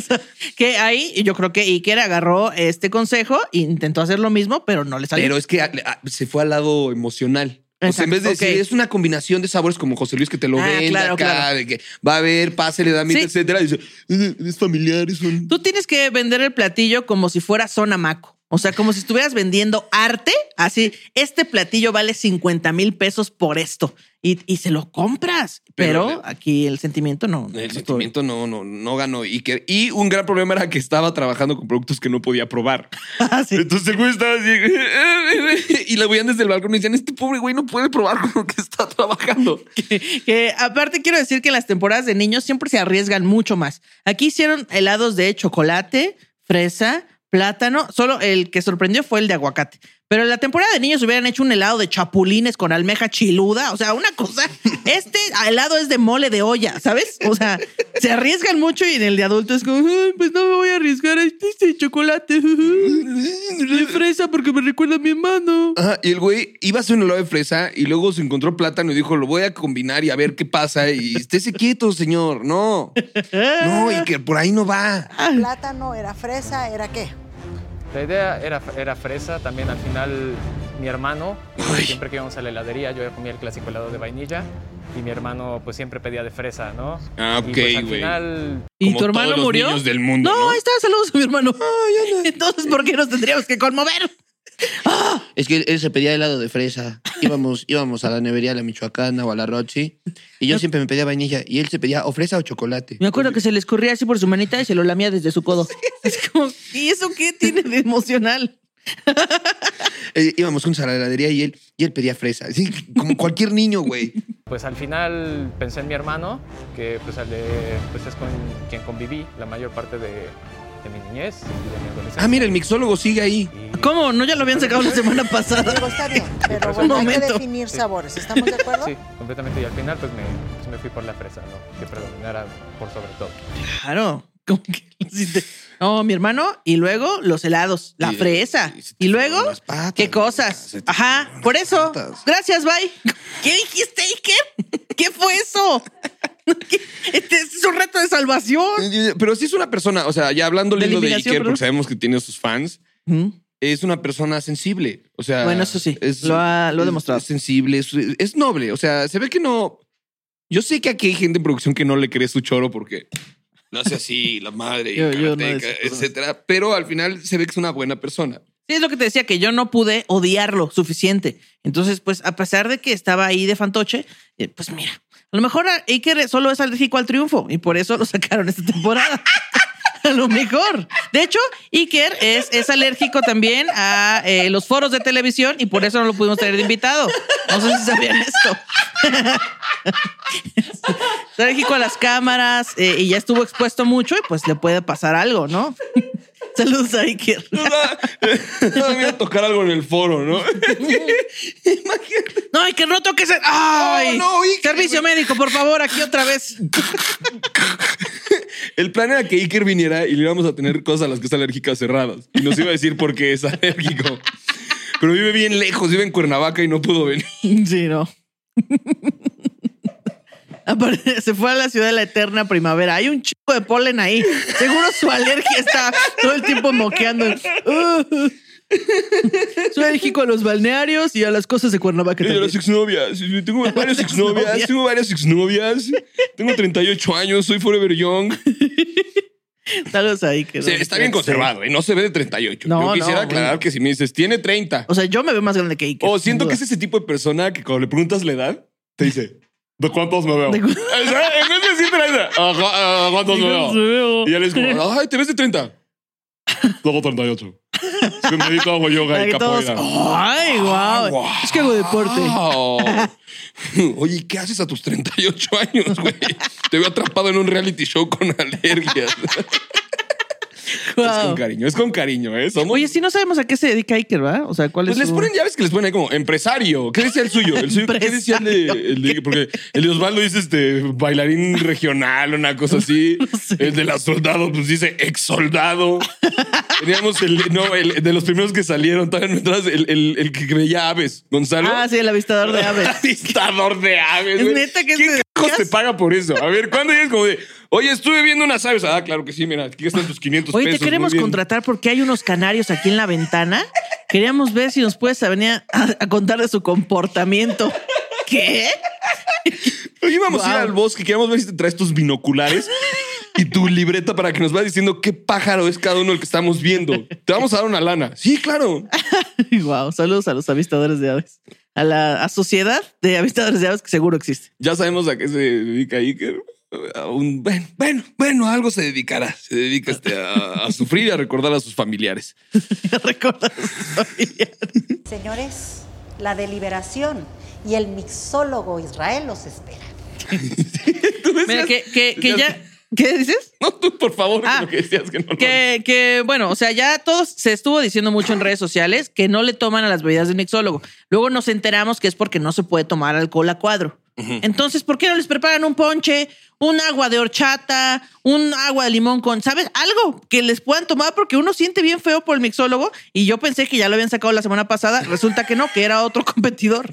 S2: Que ahí yo creo que Iker agarró este consejo e intentó hacer lo mismo, pero no le salió.
S3: Pero es que a- a- se fue al lado emocional. O sea, en vez de
S2: Exacto,
S3: decir,
S2: ok.
S3: es una combinación de sabores como José Luis que te lo
S2: Ah,
S3: vende
S2: claro,
S3: acá,
S2: claro.
S3: de que va a ver, pásele, da mitad, etcétera. y dice, "Es- "Eh, es familiar, es un
S2: Tú tienes que vender el platillo como si fuera zona maco. O sea, como si estuvieras vendiendo arte. Así, este platillo vale 50 mil pesos por esto. Y, y se lo compras. Pero,
S3: Pero-
S2: aquí el sentimiento no.
S3: El sentimiento no, no, no ganó Iker. Y un gran problema era que estaba trabajando con productos que no podía probar.
S2: Ah,
S3: Entonces el güey estaba así. y lo veían desde el balcón y decían: Este pobre güey no puede probar con lo que está trabajando.
S2: Que aparte quiero decir que las temporadas de niños siempre se arriesgan mucho más. Aquí hicieron helados de chocolate, fresa, plátano. Solo el que sorprendió fue el de aguacate. Pero en la temporada de niños hubieran hecho un helado de chapulines con almeja chiluda. O sea, una cosa. Este helado es de mole de olla, ¿sabes? O sea, se arriesgan mucho y en el de adulto es como, "Ay, pues no me voy a arriesgar a este, este chocolate. De fresa porque me recuerda a mi hermano.
S3: Ajá, y el güey iba a hacer un helado de fresa y luego se encontró plátano y dijo: Lo voy a combinar y a ver qué pasa. Y estése quieto, señor. No. No, Iker, por ahí no va.
S6: Ah.
S7: Plátano, era fresa, era qué.
S21: La idea era, era fresa, también al final mi hermano, siempre que íbamos a la heladería, yo comía el clásico helado de vainilla y mi hermano pues siempre pedía de fresa, ¿no?
S3: Ah,
S21: Y,
S3: ok,
S21: pues,
S3: güey.
S21: al final...
S2: ¿Y tu hermano murió? no, Ah, ahí está, saludos a mi hermano. Entonces, ¿por qué nos tendríamos que conmover?
S1: Es que él se pedía helado de fresa. Íbamos, íbamos a la nevería, a la Michoacana o a la Rochi. Y yo siempre me pedía vainilla. Y él se pedía o fresa o chocolate.
S2: Me acuerdo que se le escurría así por su manita y se lo lamía desde su codo. Es como, ¿y eso qué tiene de emocional?
S1: Eh, íbamos juntos a la heladería y él, y él pedía fresa. Sí, como cualquier niño, güey.
S21: Pues al final pensé en mi hermano, que pues, al de- pues, es con quien conviví la mayor parte de, de mi niñez y de mi adolescencia.
S3: Ah, mira, el mixólogo sigue ahí.
S2: ¿Cómo? ¿No ya lo habían sacado la semana pasada?
S7: Digo, está bien, pero
S21: Un
S7: bueno, hay que
S21: momento.
S7: definir sabores. ¿Estamos de acuerdo?
S21: Sí, completamente. Y al final pues me, pues, me fui por la fresa, ¿no? Que predominara por sobre todo.
S2: Claro. como que lo hiciste? No, mi hermano, y luego los helados, la
S21: Y-
S2: fresa. Y, luego, ¿qué cosas? Ajá, por eso. Gracias, bye. este, ¿Qué dijiste, Iker? ¿Qué fue eso? ¿Qué? Este es un reto de salvación.
S3: Pero si es una persona, o sea, ya hablando
S2: De
S3: lindo de,
S2: eliminación,
S3: Iker,
S2: perdón.
S3: porque sabemos que tiene sus fans,
S2: ¿Mm?
S3: es una persona sensible. O sea,
S2: Bueno, eso sí,
S3: es-
S2: lo ha- lo ha
S3: es-
S2: demostrado.
S3: Es sensible, es, es noble. O sea, se ve que no. Yo sé que aquí hay gente en producción que no le cree su choro porque lo hace así, la madre, y
S2: Yo- yo no
S3: karateca,
S2: de esas personas.
S3: etcétera. Pero al final se ve que es una buena persona.
S2: Sí, es lo que te decía, que yo no pude odiarlo suficiente. Entonces, pues, a pesar de que estaba ahí de fantoche, eh, pues mira, a lo mejor a- Iker solo es alérgico al triunfo y por eso lo sacaron esta temporada. A lo mejor. De hecho, Iker es, es alérgico también a eh, los foros de televisión y por eso no lo pudimos tener de invitado. No sé si sabían esto. Es alérgico a las cámaras eh, y ya estuvo expuesto mucho y pues le puede pasar algo, ¿no? Saludos a Iker.
S3: No voy a tocar algo en el foro, ¿no?
S2: No, y que no toques el...
S3: Oh,
S2: ¡Ay! Servicio médico, por favor, aquí otra vez.
S3: El plan era que Iker viniera y le íbamos a tener cosas a las que es alérgica cerradas. Y nos iba a decir por qué es alérgico. Pero vive bien lejos, vive en Cuernavaca y no pudo venir.
S2: Sí, no. Aparte, Se fue a la ciudad de la eterna primavera. Hay un chico de polen ahí. Seguro su alergia está todo el tiempo moqueando. Uh. Soy alérgico a los balnearios y a las cosas de Cuernavaca.
S3: Y a las
S2: También.
S3: exnovias. Tengo varias exnovias.
S2: exnovias.
S3: Tengo varias exnovias. Tengo 38 años. Soy forever young.
S2: Saludos ahí. Que
S3: Se- está bien conservado. ¿eh? No se ve de 38.
S2: No,
S3: Yo quisiera
S2: no,
S3: aclarar
S2: bueno.
S3: que si me dices, tiene 30.
S2: O sea, yo me veo más grande que Iker.
S3: O
S2: sin
S3: siento
S2: duda.
S3: que es ese tipo de persona que cuando le preguntas la edad, te dice, ¿de cuántos me veo? O sea, en vez de decirte la edad, "Ah, ah, ah, ¿cuántos me
S18: ¿De cuántos
S3: veo? Y él es como, ay, te ves de 30. Luego 38. Es que me dedico a hago yoga
S2: Para
S3: y
S2: que todos,
S3: capoeira. Ah,
S2: Ay, wow. Es que hago deporte. ¡Oh,
S3: Wow. Oye, ¿qué haces a tus 38 años, güey? Te veo atrapado en un reality show con alergias. Es con cariño, es con cariño, ¿eh? Somos...
S2: Oye, sí, no sabemos a qué se dedica Iker, ¿verdad? O sea, ¿cuál
S3: Pues
S2: es
S3: les
S2: su-
S3: ponen, ya ves que les ponen ahí como empresario. ¿Qué decía el suyo? ¿El suyo ¿Qué decía el de, el de- Porque el de Osvaldo dice este bailarín regional, una cosa así. El de las soldados, pues dice ex soldado. Teníamos el, no, el de los primeros que salieron, todavía no entras, el, el, el que creía aves, Gonzalo.
S2: Ah, sí, el avistador de aves.
S3: avistador de aves.
S2: Es
S3: güey.
S2: neta que
S3: ¿Quién
S2: se-
S3: carajos te paga por eso? A ver, ¿cuándo llegas como de, oye, estuve viendo unas aves? Ah, claro que sí, mira, aquí están tus 500
S2: Oye,
S3: pesos.
S2: te queremos
S3: muy bien.
S2: contratar porque hay unos canarios aquí en la ventana. Queríamos ver si nos puedes venir a, a contar de su comportamiento. ¿Qué?
S3: Pero íbamos a ir
S2: Wow.
S3: al bosque, queríamos ver si te traes tus binoculares y tu libreta para que nos vayas diciendo qué pájaro es cada uno el que estamos viendo. Te vamos a dar una lana. Sí, claro.
S2: wow, saludos a los avistadores de aves. A la a sociedad de avistadores de aves que seguro existe.
S3: Ya sabemos a qué se dedica Iker. A un, bueno, bueno, bueno, a algo se dedicará. Se dedica este, a, a sufrir y a recordar a sus familiares.
S6: Señores, la deliberación y el mixólogo Israel los espera.
S2: Mira, que, que, que ya. ¿Qué dices?
S3: No, tú, por favor,
S2: Ah.
S3: lo que decías que no.
S2: Que, que, bueno, o sea, ya todos se estuvo diciendo mucho en redes sociales que no le toman a las bebidas del mixólogo. Luego nos enteramos que es porque no se puede tomar alcohol a cuadro. Entonces, ¿por qué no les preparan un ponche, un agua de horchata, un agua de limón con, ¿sabes? Algo que les puedan tomar porque uno siente bien feo por el mixólogo y yo pensé que ya lo habían sacado la semana pasada. Resulta que no, que era otro competidor.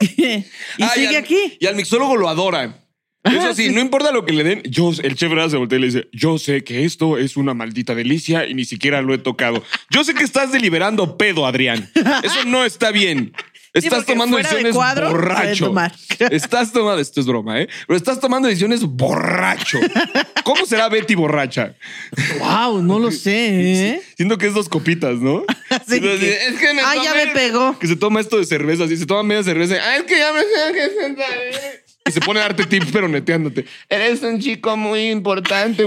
S3: Ah, Y sigue aquí. Y al mixólogo lo adoran. Eso sí, no importa lo que le den, yo, el chef Rada se voltea y le dice, yo sé que esto es una maldita delicia y ni siquiera lo he tocado. Yo sé que estás deliberando pedo, Adrián. Eso no está bien.
S2: Sí,
S3: Estás
S2: porque
S3: tomando
S2: fuera de
S3: decisiones
S2: cuadro, puede
S3: borracho.
S2: tomar.
S3: Estás tomando, esto es broma, ¿eh? Pero estás tomando decisiones borracho. ¿Cómo será Betty borracha?
S2: Wow, no lo sé. ¿eh?
S3: Siento que es dos copitas, ¿no?
S2: Así
S3: Entonces,
S2: que-
S3: es que me
S2: Ah, ya
S3: tomé-
S2: me pegó.
S3: Que se toma esto de cerveza, así se toma media cerveza. "Ah, es que ya me sé que sentaré". Y se pone a darte tips, pero neteándote. Eres un chico muy importante,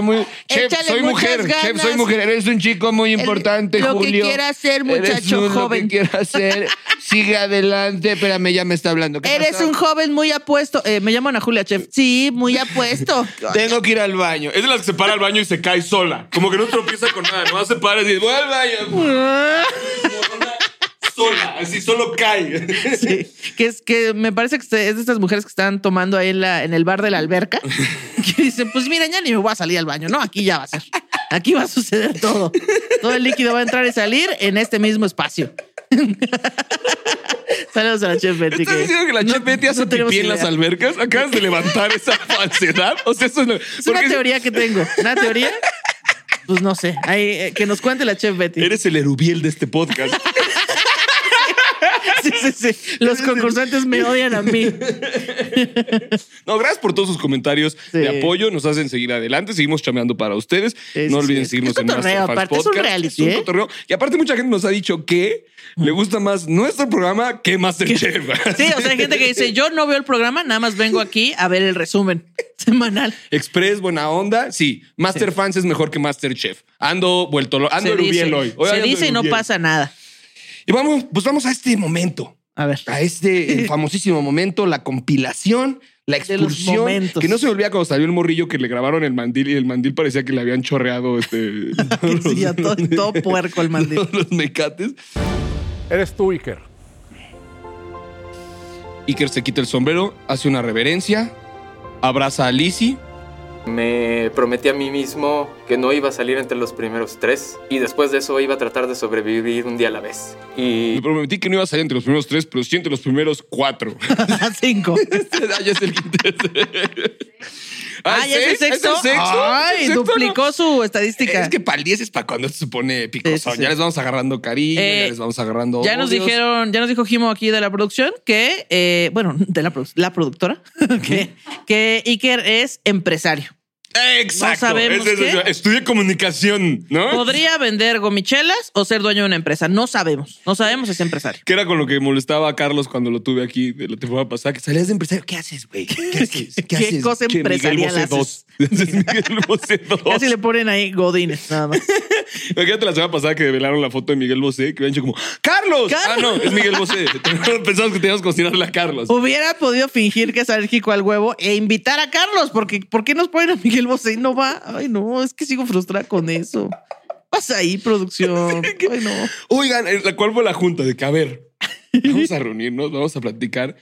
S3: muy. Chef,
S18: Échale
S3: soy
S18: muchas
S3: mujer. Chef,
S18: ganas.
S3: soy mujer. Eres un chico muy
S18: El-
S3: importante,
S18: lo que
S3: Julio.
S18: quiera hacer,
S3: Eres
S18: muchacho
S3: un-
S18: joven.
S3: Lo que quiera hacer. Sigue adelante. Espérame, ya me está hablando. ¿Qué
S2: Eres
S3: pasó?
S2: un joven muy apuesto. Eh, me llaman a Julia Chef. Sí, muy apuesto.
S3: Tengo que ir al baño. Es de las que se para al baño y se cae sola. Como que no tropieza con nada. No se para y dice, voy al baño. sola. Así solo cae.
S2: Sí, que es que me parece que es de estas mujeres que están tomando ahí en, la- en el bar de la alberca que dicen, pues mira, ya ni me voy a salir al baño, no, aquí ya va a ser, aquí va a suceder todo, todo el líquido va a entrar y salir en este mismo espacio. Saludos a la chef Betty.
S3: ¿Estás
S2: que-
S3: diciendo que la chef Betty hace
S2: tenemos
S3: pipí en las
S2: idea.
S3: albercas? ¿Acabas de levantar esa falsedad? O sea, eso es, lo-
S2: Es una
S3: porque-
S2: teoría que tengo, una teoría, pues no sé, ahí, eh, que nos cuente la chef Betty.
S3: Eres el erubiel de este podcast.
S2: Sí, sí, sí. Los concursantes me odian a mí.
S3: No, gracias por todos sus comentarios de apoyo. Nos hacen seguir adelante. Seguimos chameando para ustedes. no olviden seguirnos en
S2: cotorreo,
S3: Masterfans
S2: aparte, es un
S3: Podcast.
S2: reality,
S3: Es un
S2: ¿eh?
S3: cotorreo. Y aparte, mucha gente nos ha dicho que le gusta más nuestro programa que Masterchef.
S2: Sí, o sea, hay gente que dice, yo no veo el programa, nada más vengo aquí a ver el resumen semanal.
S3: Express, buena onda. Sí, Masterfans es mejor que Masterchef. Ando vuelto, lo- ando
S2: se
S3: erubiel
S2: dice,
S3: hoy. Hoy
S2: se
S3: ando
S2: dice y no
S3: erubiel.
S2: pasa nada.
S3: Y vamos, pues vamos a este momento.
S2: A ver.
S3: A este eh, famosísimo momento, la compilación, la
S2: los
S3: expulsión.
S2: momentos.
S3: Que no se me olvida cuando salió el morrillo que le grabaron el mandil y el mandil parecía que le habían chorreado este.
S2: Sí, a todo, todo puerco el mandil.
S3: los mecates.
S13: Eres tú, Iker.
S3: Iker se quita el sombrero, hace una reverencia, abraza a Lizzie.
S22: Me prometí a mí mismo que no iba a salir entre los primeros tres y después de eso iba a tratar de sobrevivir un día a la vez.
S3: Y. Me prometí que no iba a salir entre los primeros tres, pero sí entre los primeros cuatro.
S2: Cinco.
S3: ah, ya es el quinto.
S2: Ah, ¿ya es el
S3: ¿sí? ¿Es el
S2: sexto?
S3: sexto?
S2: Ay,
S3: ¿Es el sexto,
S2: duplicó su estadística.
S3: Es que para el 10 es para cuando se pone picosón.
S2: Sí, sí, sí.
S3: Ya les vamos agarrando cariño,
S2: Eh,
S3: ya les vamos agarrando.
S2: Ya nos
S3: odios.
S2: dijeron, ya nos dijo Jimo aquí de la producción que, eh, bueno, de la, produ- la productora, que, que Iker es empresario.
S3: Exacto.
S2: No sabemos
S3: Es- es-
S2: qué.
S3: Estudia comunicación, ¿no?
S2: Podría vender gomichelas o ser dueño de una empresa. No sabemos. No sabemos, es empresario.
S3: Que era con lo que molestaba a Carlos cuando lo tuve aquí de la temporada pasada. Que salías de empresario. ¿Qué haces, güey? ¿Qué haces? ¿Qué, haces?
S2: cosa
S3: Che, Miguel
S2: empresarial
S3: Bosé
S2: haces?
S3: dos. Haces Miguel Bosé dos.
S2: Casi le ponen ahí Godines, nada más.
S3: Imagínate la semana pasada que develaron la foto de Miguel Bosé, que habían dicho como, ¡Carlos! Ah, no, es Miguel Bosé. Pensamos que teníamos que cocinarle a Carlos.
S2: Hubiera podido fingir que es alérgico al huevo e invitar a Carlos, porque ¿por qué nos ponen a Miguel Bosé y no va? Ay, no, es que sigo frustrada con eso. pasa ahí, producción? Ay, no.
S3: Oigan, eh, la- ¿cuál fue la junta? De que, a ver, vamos a reunirnos, vamos a platicar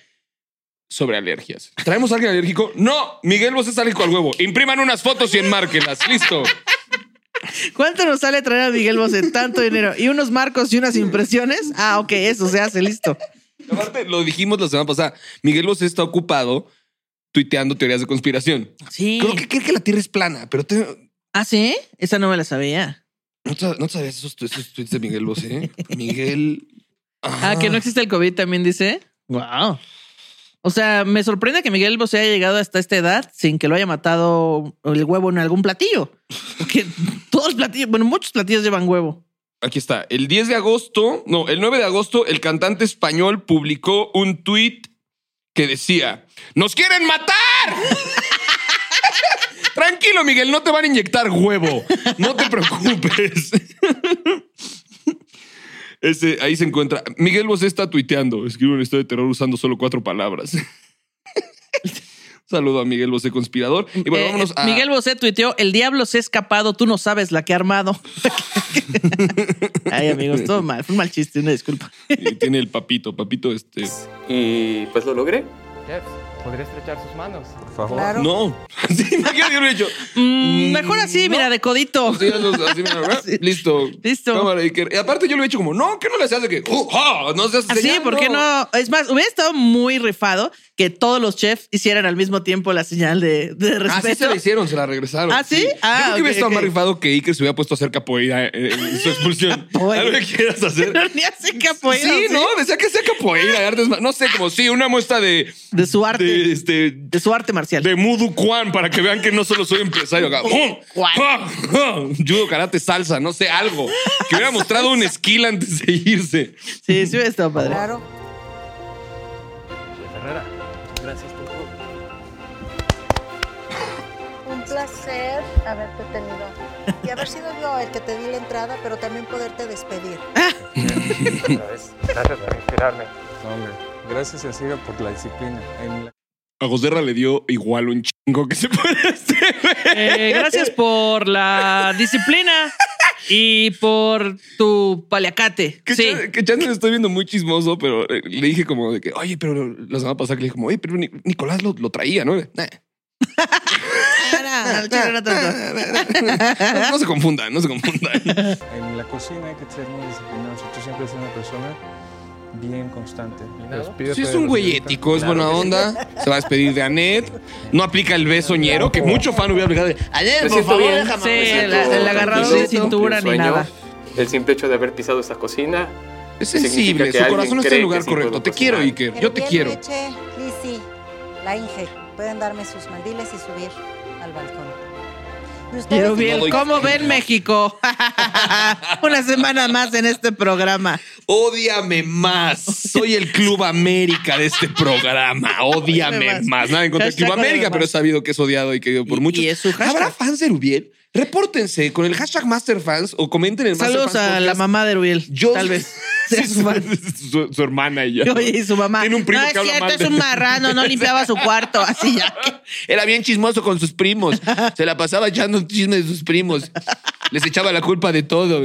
S3: sobre alergias. ¿Traemos a alguien alérgico? No, Miguel vos es alérgico al huevo. Impriman unas fotos y enmárquenlas. Listo.
S2: ¿Cuánto nos sale traer a Miguel Bosé? Tanto dinero. ¿Y unos marcos y unas impresiones? Ah, ok, eso se hace, listo.
S3: Aparte, lo dijimos la semana pasada. Miguel vos está ocupado tuiteando teorías de conspiración.
S2: Sí.
S3: Creo que cree que la Tierra es plana, pero te-
S2: ¿Ah, sí? Esa no me la sabía.
S3: ¿No, te- no te sabías esos, tu- esos tweets de Miguel Bosé? ¿eh? Miguel.
S2: Ah, que no existe el COVID también dice. Wow. O sea, me sorprende que Miguel Bosé haya llegado hasta esta edad sin que lo haya matado el huevo en algún platillo. Porque todos los platillos, bueno, muchos platillos llevan huevo.
S3: Aquí está. El 10 de agosto, no, el 9 de agosto, el cantante español publicó un tweet que decía: ¡Nos quieren matar! Tranquilo, Miguel, no te van a inyectar huevo. No te preocupes. Ese, ahí se encuentra. Miguel Bosé está tuiteando. Escribe una historia de terror usando solo cuatro palabras. Saludo a Miguel Bosé, conspirador. Y bueno,
S2: Eh,
S3: vámonos a.
S2: Miguel Bosé tuiteó, el diablo se ha escapado, tú no sabes la que ha armado. Ay, amigos, todo mal. Fue un mal chiste, una disculpa.
S3: Y tiene el papito, papito este.
S22: Y pues lo logré.
S21: Jeff, ¿podría estrechar sus manos? Por
S3: favor. Claro. No.
S2: Mm, mejor así, mira, de codito.
S3: Sí, ya los- así, mira, ¿verdad? Listo.
S2: Listo.
S3: Cámara, y que- y aparte yo lo he hecho como, no, que no le haces de que, "Uh, ah, no seas
S2: Así,
S3: señal,
S2: ¿por qué no? Es más, hubiera estado muy rifado que todos los chefs hicieran al mismo tiempo la señal de, de
S3: Así se
S2: respeto.
S3: la hicieron, se la regresaron.
S2: ¿Ah, sí? Ah,
S3: yo creo que
S2: ok,
S3: hubiera estado
S2: ok.
S3: más rifado que Iker se hubiera puesto a hacer capoeira eh, en su expulsión. Algo que quieras hacer.
S2: Pero ni hace capoeira,
S3: Sí, ¿no? Decía que sea capoeira, de artes ma- No sé, como sí, una muestra de.
S2: De su arte.
S3: De, este, de
S2: su arte marcial.
S3: De Mudu Kwan, para que vean que no solo soy empresario. acá. ¡Pum!
S2: Kwan.
S3: ¡Ah! ¡Ah! Judo, karate, salsa, no sé, algo. Que hubiera mostrado un skill antes de irse.
S2: Sí, sí hubiera estado padre.
S7: Claro.
S21: Herrera, gracias por todo.
S7: Un placer haberte tenido. Y haber sido yo el que te di la entrada, pero también poderte despedir.
S21: Gracias por inspirarme.
S4: Hombre, gracias a Siga por la disciplina. En la-
S3: A Joserra le dio igual un chingo que se puede hacer.
S2: Eh, gracias por la disciplina y por tu paliacate.
S3: Que,
S2: Sí.
S3: ya- que ya le estoy viendo muy chismoso, pero eh, le dije como de que, oye, pero la semana pasada que le dije como, oye, pero Ni- Nicolás lo, lo traía, ¿no? Nah, no, no se confundan, no se confundan.
S4: En la cocina hay que ser muy disciplinados. Tú siempre eres una persona bien constante.
S3: Si es un güey ético, es buena onda, se va a despedir de Anet, no aplica el besoñero, que mucho fan hubiera aplicado de,
S2: Anet,
S3: "Me
S2: por
S3: siento
S2: favor,
S3: bien".
S2: déjame,
S3: Sí,
S2: me siento-
S3: la-
S2: el agarrado
S22: Tranquilo,
S2: sin cintura
S22: cumplí un
S2: ni
S22: sueño.
S2: nada.
S22: El simple hecho de haber pisado esta cocina.
S3: Es
S22: significa
S3: sensible,
S22: que
S3: su
S22: alguien
S3: corazón está en
S22: cree
S3: el
S22: que
S3: lugar
S22: sí puedo
S3: correcto. Te
S22: cocinar.
S3: quiero, Iker, yo te
S6: Bien
S3: quiero.
S6: Leche, Lisi, la Inge, pueden darme sus mandiles y subir al balcón. Y ustedes-
S2: Quiero ver cómo ven México. Una semana más en este programa.
S3: Ódiame más. Soy el Club América de este programa. Ódiame
S2: Ódiame
S3: más.
S2: más.
S3: Nada en contra del
S2: Hashtag
S3: Club América,
S2: ódiame
S3: pero he
S2: más.
S3: sabido que es odiado y querido por muchos. ¿Habrá fans de Rubiel? Repórtense con el hashtag Masterfans o comenten en
S2: Saludos
S3: Masterfans
S2: a la
S3: Podcast.
S2: mamá de Rubiel.
S3: Yo-
S2: Tal vez.
S3: Sí, su, su- su hermana y ya.
S2: Oye, y su mamá.
S3: Tiene un primo
S2: no es
S3: que habla
S2: cierto,
S3: mal
S2: es
S3: de-
S2: un marrano, no limpiaba su cuarto. Así ya.
S3: Era bien chismoso con sus primos. Se la pasaba echando chisme de sus primos. Les echaba la culpa de todo.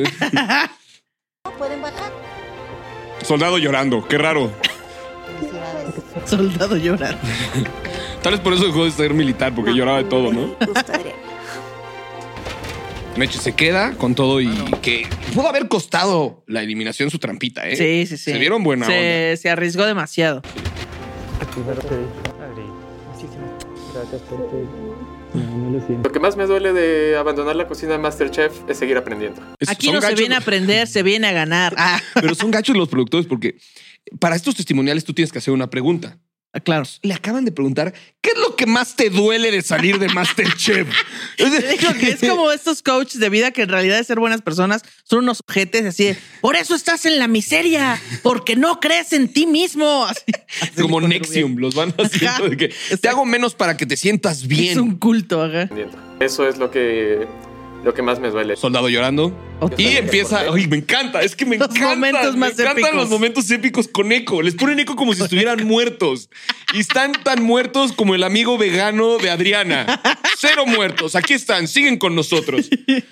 S6: Pueden bajar.
S3: Soldado llorando. Qué raro.
S2: Soldado llorando.
S3: Tal vez por eso dejó de ser militar, porque lloraba de todo, ¿no? Meche se queda con todo y que pudo haber costado la eliminación su trampita, ¿eh?
S2: Sí, sí, sí.
S3: Se vieron buena onda.
S2: se, se arriesgó demasiado.
S22: Lo que más me duele de abandonar la cocina de Masterchef es seguir aprendiendo.
S2: Aquí no se viene a aprender, se viene a ganar. Ah,
S3: Pero son gachos los productores porque para estos testimoniales tú tienes que hacer una pregunta.
S2: Ah, Claro.
S3: Le acaban de preguntar qué es lo que más te duele de salir de Masterchef.
S2: Digo que es como estos coaches de vida que en realidad de ser buenas personas son unos objetes así de, por eso estás en la miseria, porque no crees en ti mismo. Así.
S3: Como Nexium, los van haciendo de que te hago menos para que te sientas bien.
S2: Es un culto, ajá.
S22: Eso es lo que, lo que más me duele.
S3: Soldado llorando. Y empieza, ay, me encanta, es que me
S2: Los
S3: encantan,
S2: momentos
S3: me
S2: más
S3: encantan
S2: épicos.
S3: los momentos épicos con eco. Les ponen eco como si estuvieran muertos. Y están tan muertos como el amigo vegano de Adriana. Cero muertos, aquí están, siguen con nosotros.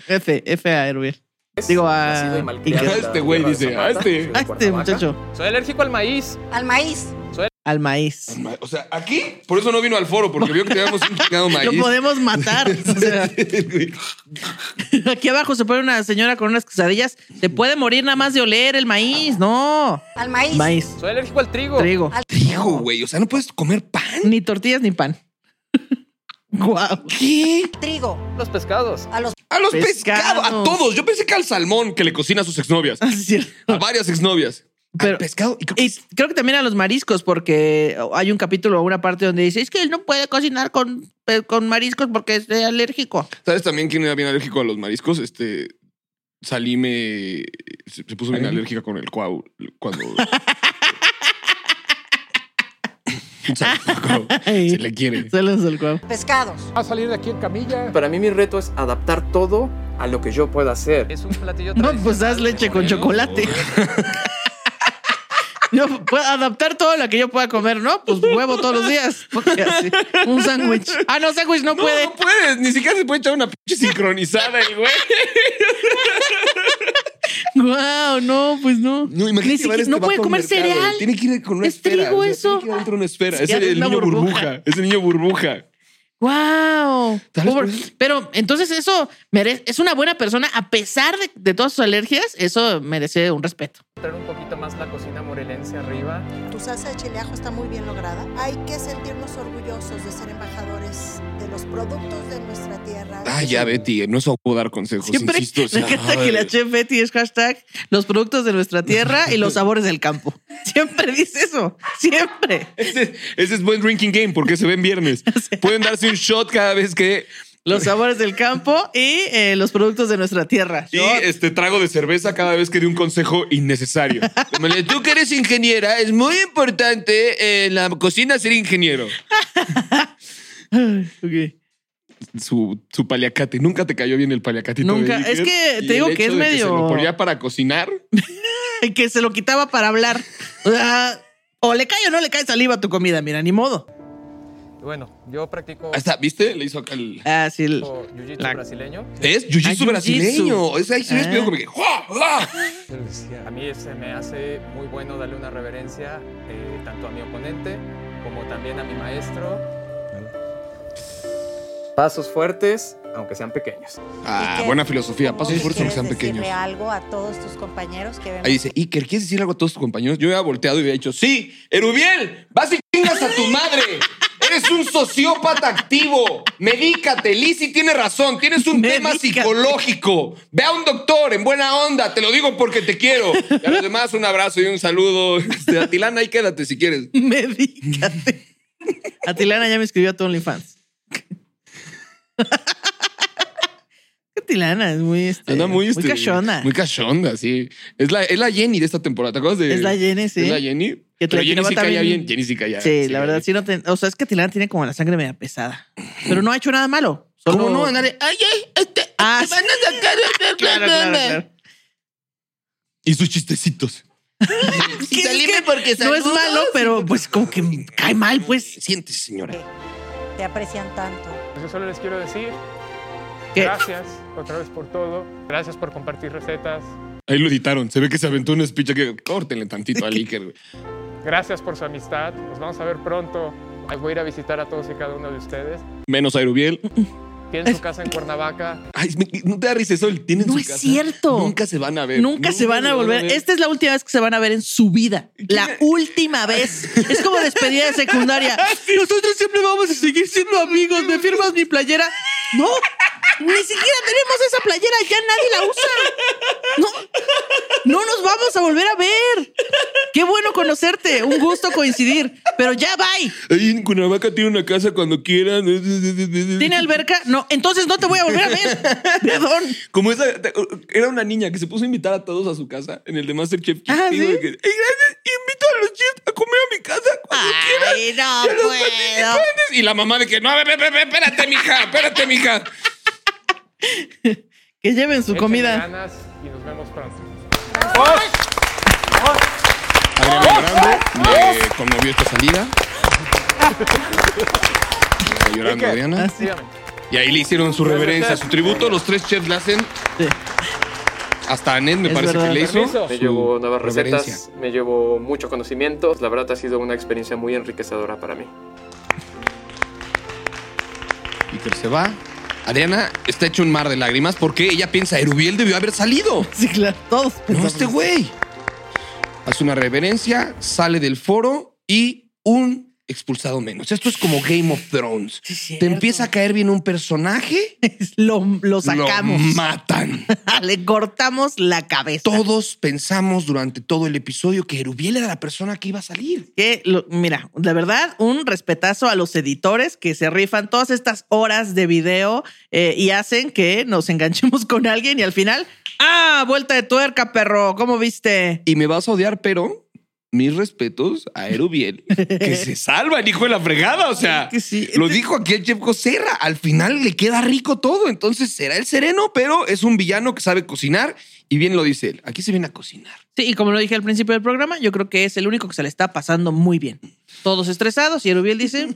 S2: F, F a Herbie. Digo, a.
S22: y malcriado.
S2: Inca.
S22: Este güey dice,
S2: Ah, A
S22: a este.
S2: este, muchacho.
S21: Soy alérgico al maíz.
S6: Al maíz.
S2: Al maíz.
S3: O sea, aquí, por eso no vino al foro, porque vio que teníamos un chingado maíz.
S2: Lo podemos matar. O sea, aquí abajo se pone una señora con unas quesadillas. Te puede morir nada más de oler el maíz. No.
S6: Al
S2: maíz. Maíz.
S21: Soy alérgico al trigo.
S2: Trigo.
S3: Trigo, güey. O sea, no puedes comer pan.
S2: Ni tortillas ni pan. Guau. ¿Qué?
S6: Trigo.
S21: Los pescados.
S6: A los,
S3: a los pescados. a todos. Yo pensé que al salmón que le cocina a sus exnovias.
S2: Ah,
S3: A varias exnovias.
S2: Pero,
S3: pescado. Y
S2: creo, que también a los mariscos, porque hay un capítulo o una parte donde dice, es que él no puede cocinar con, eh, con mariscos porque es eh, alérgico.
S3: ¿Sabes también quién era bien alérgico a los mariscos? Este. Salime se, se puso bien
S2: ¿Salime?
S3: alérgica con el cuau cuando
S2: se
S22: le quiere.
S2: Saludos al cuau.
S6: Pescados.
S13: Va a salir de aquí en camilla.
S22: Para mí mi reto es adaptar todo a lo que yo pueda hacer.
S21: Es un platillo
S2: No, pues haz leche con chocolate. Yo puedo adaptar todo lo que yo pueda comer, ¿no? Pues huevo todos los días. Porque así, Un sándwich. Ah, no, sándwich no, puede.
S3: No puedes, ni siquiera se puede echar una pinche sincronizada el güey.
S2: Wow, no, pues no.
S3: No, imagínate
S2: Ni
S3: llevar
S2: siquiera-
S3: este
S2: no
S3: vato
S2: puede
S3: al
S2: comer
S3: mercado.
S2: cereal.
S3: Tiene que ir con una
S2: Es
S3: esfera.
S2: trigo
S3: o sea,
S2: eso.
S3: Tiene que ir dentro de una esfera.
S2: Se
S3: Es el,
S2: queda en
S3: el
S2: una
S3: niño burbuja.
S2: burbuja.
S3: Es el niño burbuja.
S2: Wow. Pero entonces eso merece, es una buena persona a pesar de, de todas sus alergias, eso merece un respeto.
S21: Traer un poquito más la cocina morelense arriba.
S7: Tu salsa de chile ajo está muy bien lograda. Hay que sentirnos orgullosos de ser embajadores de los productos de nuestra tierra.
S3: Ah, ya, Betty, no es puedo dar consejos,
S2: Siempre
S3: Pues insisto. o sea,
S2: me encanta que la
S3: ay.
S2: chef Betty es hashtag los productos de nuestra tierra y los sabores del campo. Siempre dice eso. Siempre.
S3: Ese, ese es buen drinking game porque se ven viernes. Pueden darse un shot cada vez que.
S2: Los sabores del campo y eh, los productos de nuestra tierra.
S3: Y este trago de cerveza cada vez que dé un consejo innecesario. Tómale, Tú que eres ingeniera, es muy importante en la cocina ser ingeniero.
S2: Ok.
S3: Su, su paliacate. Nunca te cayó bien el paliacatito. de
S2: Nunca. Es
S3: Iker.
S2: que te
S3: Y
S2: digo
S3: el
S2: que
S3: hecho
S2: es
S3: de se
S2: medio-
S3: lo ponía para cocinar.
S2: que se lo quitaba para hablar. O sea, o le cae o no le cae saliva a tu comida, mira, ni modo.
S21: Y Bueno, yo practico.
S3: Ahí Ah, está, ¿viste? Le hizo acá el.
S2: Ah, sí.
S3: Oh.
S2: Ah,
S21: jiu brasileño.
S3: Es jiu-jitsu brasileño. Es ahí se les pidió como que. ¡Jua! ¡Ah!
S21: Pues, A mí se me hace muy bueno darle una reverencia eh, tanto a mi oponente como también a mi maestro. Pasos fuertes, aunque sean pequeños.
S3: Ah,
S6: ¿Qué?
S3: buena filosofía. Pasos
S6: ¿Cómo
S3: por eso que
S6: quieres
S3: sean
S6: decirle
S3: pequeños.
S6: algo a todos tus compañeros que vemos?
S3: Ahí dice, Iker, ¿quieres decir algo a todos tus compañeros? Yo había volteado y había dicho, sí, Erubiel, vas y chingas a tu madre. Eres un sociópata activo. Medícate. Lizzy tiene razón. Tienes un tema psicológico. Ve a un doctor en buena onda. Te lo digo porque te quiero. Y a los demás, un abrazo y un saludo. Este, Atilana, ahí quédate si quieres.
S2: Medícate. Atilana ya me escribió a tu OnlyFans. Atilana es muy, este,
S3: Anda muy, este,
S2: cachona.
S3: Muy cachonda, sí. Es la, es la Jenny de esta temporada. ¿Te acuerdas de.?
S2: Es la Jenny, sí.
S3: Es la Jenny.
S2: Que te-
S3: Pero
S2: que
S3: Jenny
S2: le va
S3: sí caía
S2: también-
S3: bien. Jenny sí caía.
S2: sí,
S3: sí
S2: la
S3: caía
S2: verdad, sí no ten- O sea, es que Atilana tiene como la sangre media pesada. Pero no ha hecho nada malo. Solo...
S1: ¿Cómo no? Andale, ay, ay, este,
S2: Ah,
S1: te van a sacar este, de-
S2: Claro, claro, claro.
S3: Y sus chistecitos.
S1: Salime porque
S2: No es
S1: saludas.
S2: malo, pero pues como que me cae mal, pues.
S3: Siéntese, señora.
S6: Te aprecian tanto.
S21: Pues Yo solo les quiero decir
S2: ¿Qué?
S21: gracias otra vez por todo. Gracias por compartir recetas.
S3: Ahí lo editaron. Se ve que se aventó un speech que córtenle tantito al Iker. güey.
S21: Gracias por su amistad. Nos vamos a ver pronto. Ahí Voy a ir a visitar a todos y cada uno de ustedes.
S3: Menos a Erubiel.
S21: Tienen su casa en Cuernavaca.
S3: Ay, me- no te da risa eso. el Tienen
S2: No
S3: su
S2: es
S3: casa.
S2: cierto.
S3: Nunca se van a ver.
S2: Nunca se van a volver.
S3: ver.
S2: Esta es la última vez que se van a ver en su vida. La última vez. Es como despedida de secundaria. Nosotros siempre vamos a seguir siendo amigos. ¿Me firmas mi playera? No. Ni siquiera tenemos esa playera. Ya nadie la usa. No. No nos vamos a volver a ver. Qué bueno conocerte. Un gusto coincidir. Pero ya bye.
S3: Ahí en Cuernavaca tiene una casa cuando quieran.
S2: ¿Tiene alberca? No. Entonces no te voy a volver a ver. Perdón.
S3: Como esa. Era una niña que se puso a invitar a todos a su casa en el de Masterchef. Kids,
S2: Ah,
S3: digo,
S2: ¿sí?
S3: que, "Ey, gracias, invito a los chefs a comer a mi casa cuando
S2: Ay, no
S3: quieran. Y a los
S2: puedo.
S3: participantes". Y la mamá de que, no, ve, ve, ve, ve, espérate, mija, espérate, mija.
S2: Que lleven su
S21: Échenle
S2: comida.
S21: ganas y nos vemos pronto.
S3: Adriana Grande me conmovió esta salida. Está llorando Adriana. Y ahí le hicieron su reverencia, su tributo. Los tres chefs la hacen. Hasta Anet me parece que le hizo.
S22: Me
S3: su
S22: llevó nuevas
S3: reverencia.
S22: recetas, me llevó mucho conocimiento. La verdad ha sido una experiencia muy enriquecedora para mí.
S3: Peter se va. Ariana está hecho un mar de lágrimas porque ella piensa, Erubiel debió haber salido.
S2: Sí, claro, todos.
S3: No, este güey. Hace una reverencia, sale del foro y un expulsado menos. Esto es como Game of Thrones. Te empieza a caer bien un personaje.
S2: lo, sacamos.
S3: Lo matan.
S2: Le cortamos la cabeza.
S3: Todos pensamos durante todo el episodio que Erubiel era la persona que iba a salir.
S2: Que lo- mira, la verdad, un respetazo a los editores que se rifan todas estas horas de video eh, y hacen que nos enganchemos con alguien y al final, ¡ah! Vuelta de tuerca, perro. ¿Cómo viste?
S3: Y me vas a odiar, pero mis respetos a Erubiel, que se salva el hijo de la fregada. O sea, lo dijo aquí el chef Serra. Al final le queda rico todo. Entonces será el sereno, pero es un villano que sabe cocinar. Y bien lo dice él. Aquí se viene a cocinar.
S2: Sí, y como lo dije al principio del programa, yo creo que es el único que se le está pasando muy bien. Todos estresados y Erubiel dice,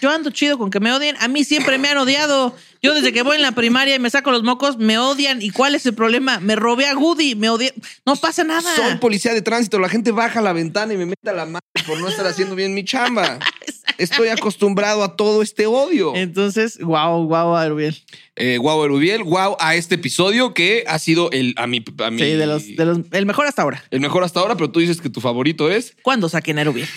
S2: yo ando chido con que me odien, a mí siempre me han odiado. Yo desde que voy en la primaria y me saco los mocos, me odian. ¿Y cuál es el problema? Me robé a Goody, me odié. No pasa nada.
S3: Soy policía de tránsito. La gente baja la ventana y me mete a la mano por no estar haciendo bien mi chamba. Estoy acostumbrado a todo este odio.
S2: Entonces, wow, wow, Erubiel.
S3: Eh, wow, Erubiel. Wow a este episodio que ha sido el, a mi, a mi-
S2: Sí, de los, de los- el mejor hasta ahora.
S3: el mejor hasta ahora, pero tú dices que tu favorito es.
S2: ¿Cuándo saquen a Erubiel?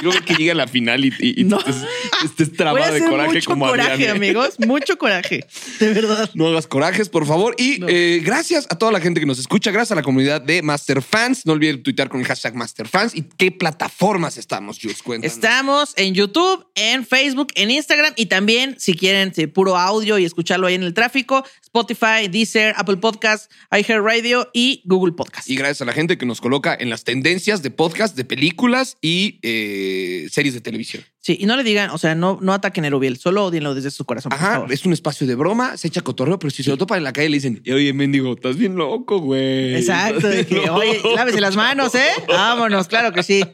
S3: Creo que llega a la final y, y- y tú estés, estés
S2: Voy a
S3: trabado de
S2: hacer
S3: coraje
S2: mucho
S3: como
S2: coraje,
S3: Adrián, ¿eh?
S2: amigos. Mucho coraje. De verdad.
S3: No hagas corajes, por favor. Y eh, gracias a toda la gente que nos escucha, gracias a la comunidad de Masterfans. No olviden tuitear con el hashtag Masterfans. ¿Y qué plataformas estamos, Jules? Cuéntanos.
S2: Estamos en YouTube, en Facebook, en Instagram y también, si quieren, sí, puro audio y escucharlo ahí en el tráfico, Spotify, Deezer, Apple Podcast, iHeartRadio y Google Podcast.
S3: Y gracias a la gente que nos coloca en las tendencias de podcast, de películas y eh, series de televisión.
S2: Sí, y no le digan, o sea, no, no ataquen a Erubiel, solo odienlo desde su corazón. por
S3: Ajá,
S2: favor.
S3: es un espacio de broma, se echa cotorreo, pero si se lo topan en la calle le dicen, oye, mendigo, estás bien loco, güey.
S2: Exacto, de que,
S3: No.
S2: oye, lávese las manos, ¿eh? Vámonos, claro que sí.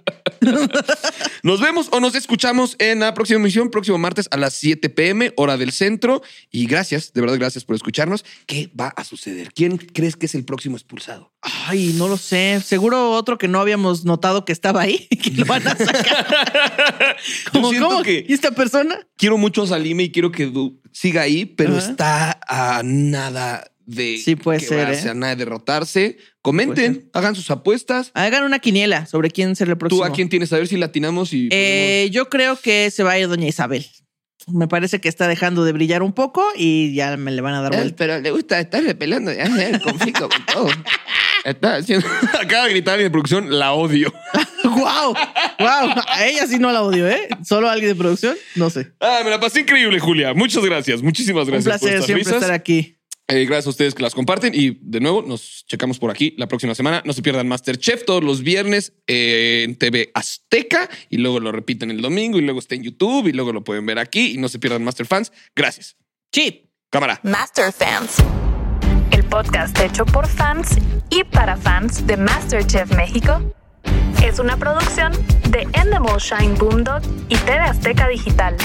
S3: Nos vemos o nos escuchamos en la próxima emisión, próximo martes a las 7 pm, hora del centro. Y gracias, de verdad, gracias por escucharnos. ¿Qué va a suceder? ¿Quién crees que es el próximo expulsado?
S2: Ay, no lo sé. Seguro otro que no habíamos notado que estaba ahí, que lo van a sacar. Como, ¿cómo? ¿Y esta persona?
S3: Quiero mucho a Salime y quiero que du- siga ahí, pero
S2: Ajá.
S3: está a nada de
S2: Sí, puede ser,
S3: quebrarse,
S2: ¿eh?
S3: a nada de derrotarse. Comenten, hagan sus apuestas.
S2: Hagan una quiniela sobre quién será el próximo.
S3: ¿Tú a quién tienes? A ver si latinamos y... pues,
S2: Eh, yo creo que se va a ir doña Isabel. Me parece que está dejando de brillar un poco y ya me le van a dar vuelta.
S1: Eh, Pero le gusta estar repelando ya el conflicto con todo.
S3: Está haciendo- Acaba de gritar en producción, la odio.
S2: ¡Wow! ¡Wow! A ella sí no la odio, ¿eh? Solo a alguien de producción, no sé.
S3: Ah, me la pasé increíble, Julia. Muchas gracias. Muchísimas
S2: Un
S3: gracias. por
S2: placer
S3: estas
S2: siempre
S3: risas.
S2: estar aquí.
S3: Eh, gracias a ustedes que las comparten y de nuevo nos checamos por aquí la próxima semana. No se pierdan Masterchef todos los viernes eh, en TV Azteca y luego lo repiten el domingo y luego está en YouTube y luego lo pueden ver aquí y no se pierdan Masterfans. Gracias.
S2: Chip.
S3: Cámara.
S5: Master Fans, el podcast hecho por fans y para fans de MasterChef México, es una producción de Endemol Shine Boomdog y TV Azteca Digital.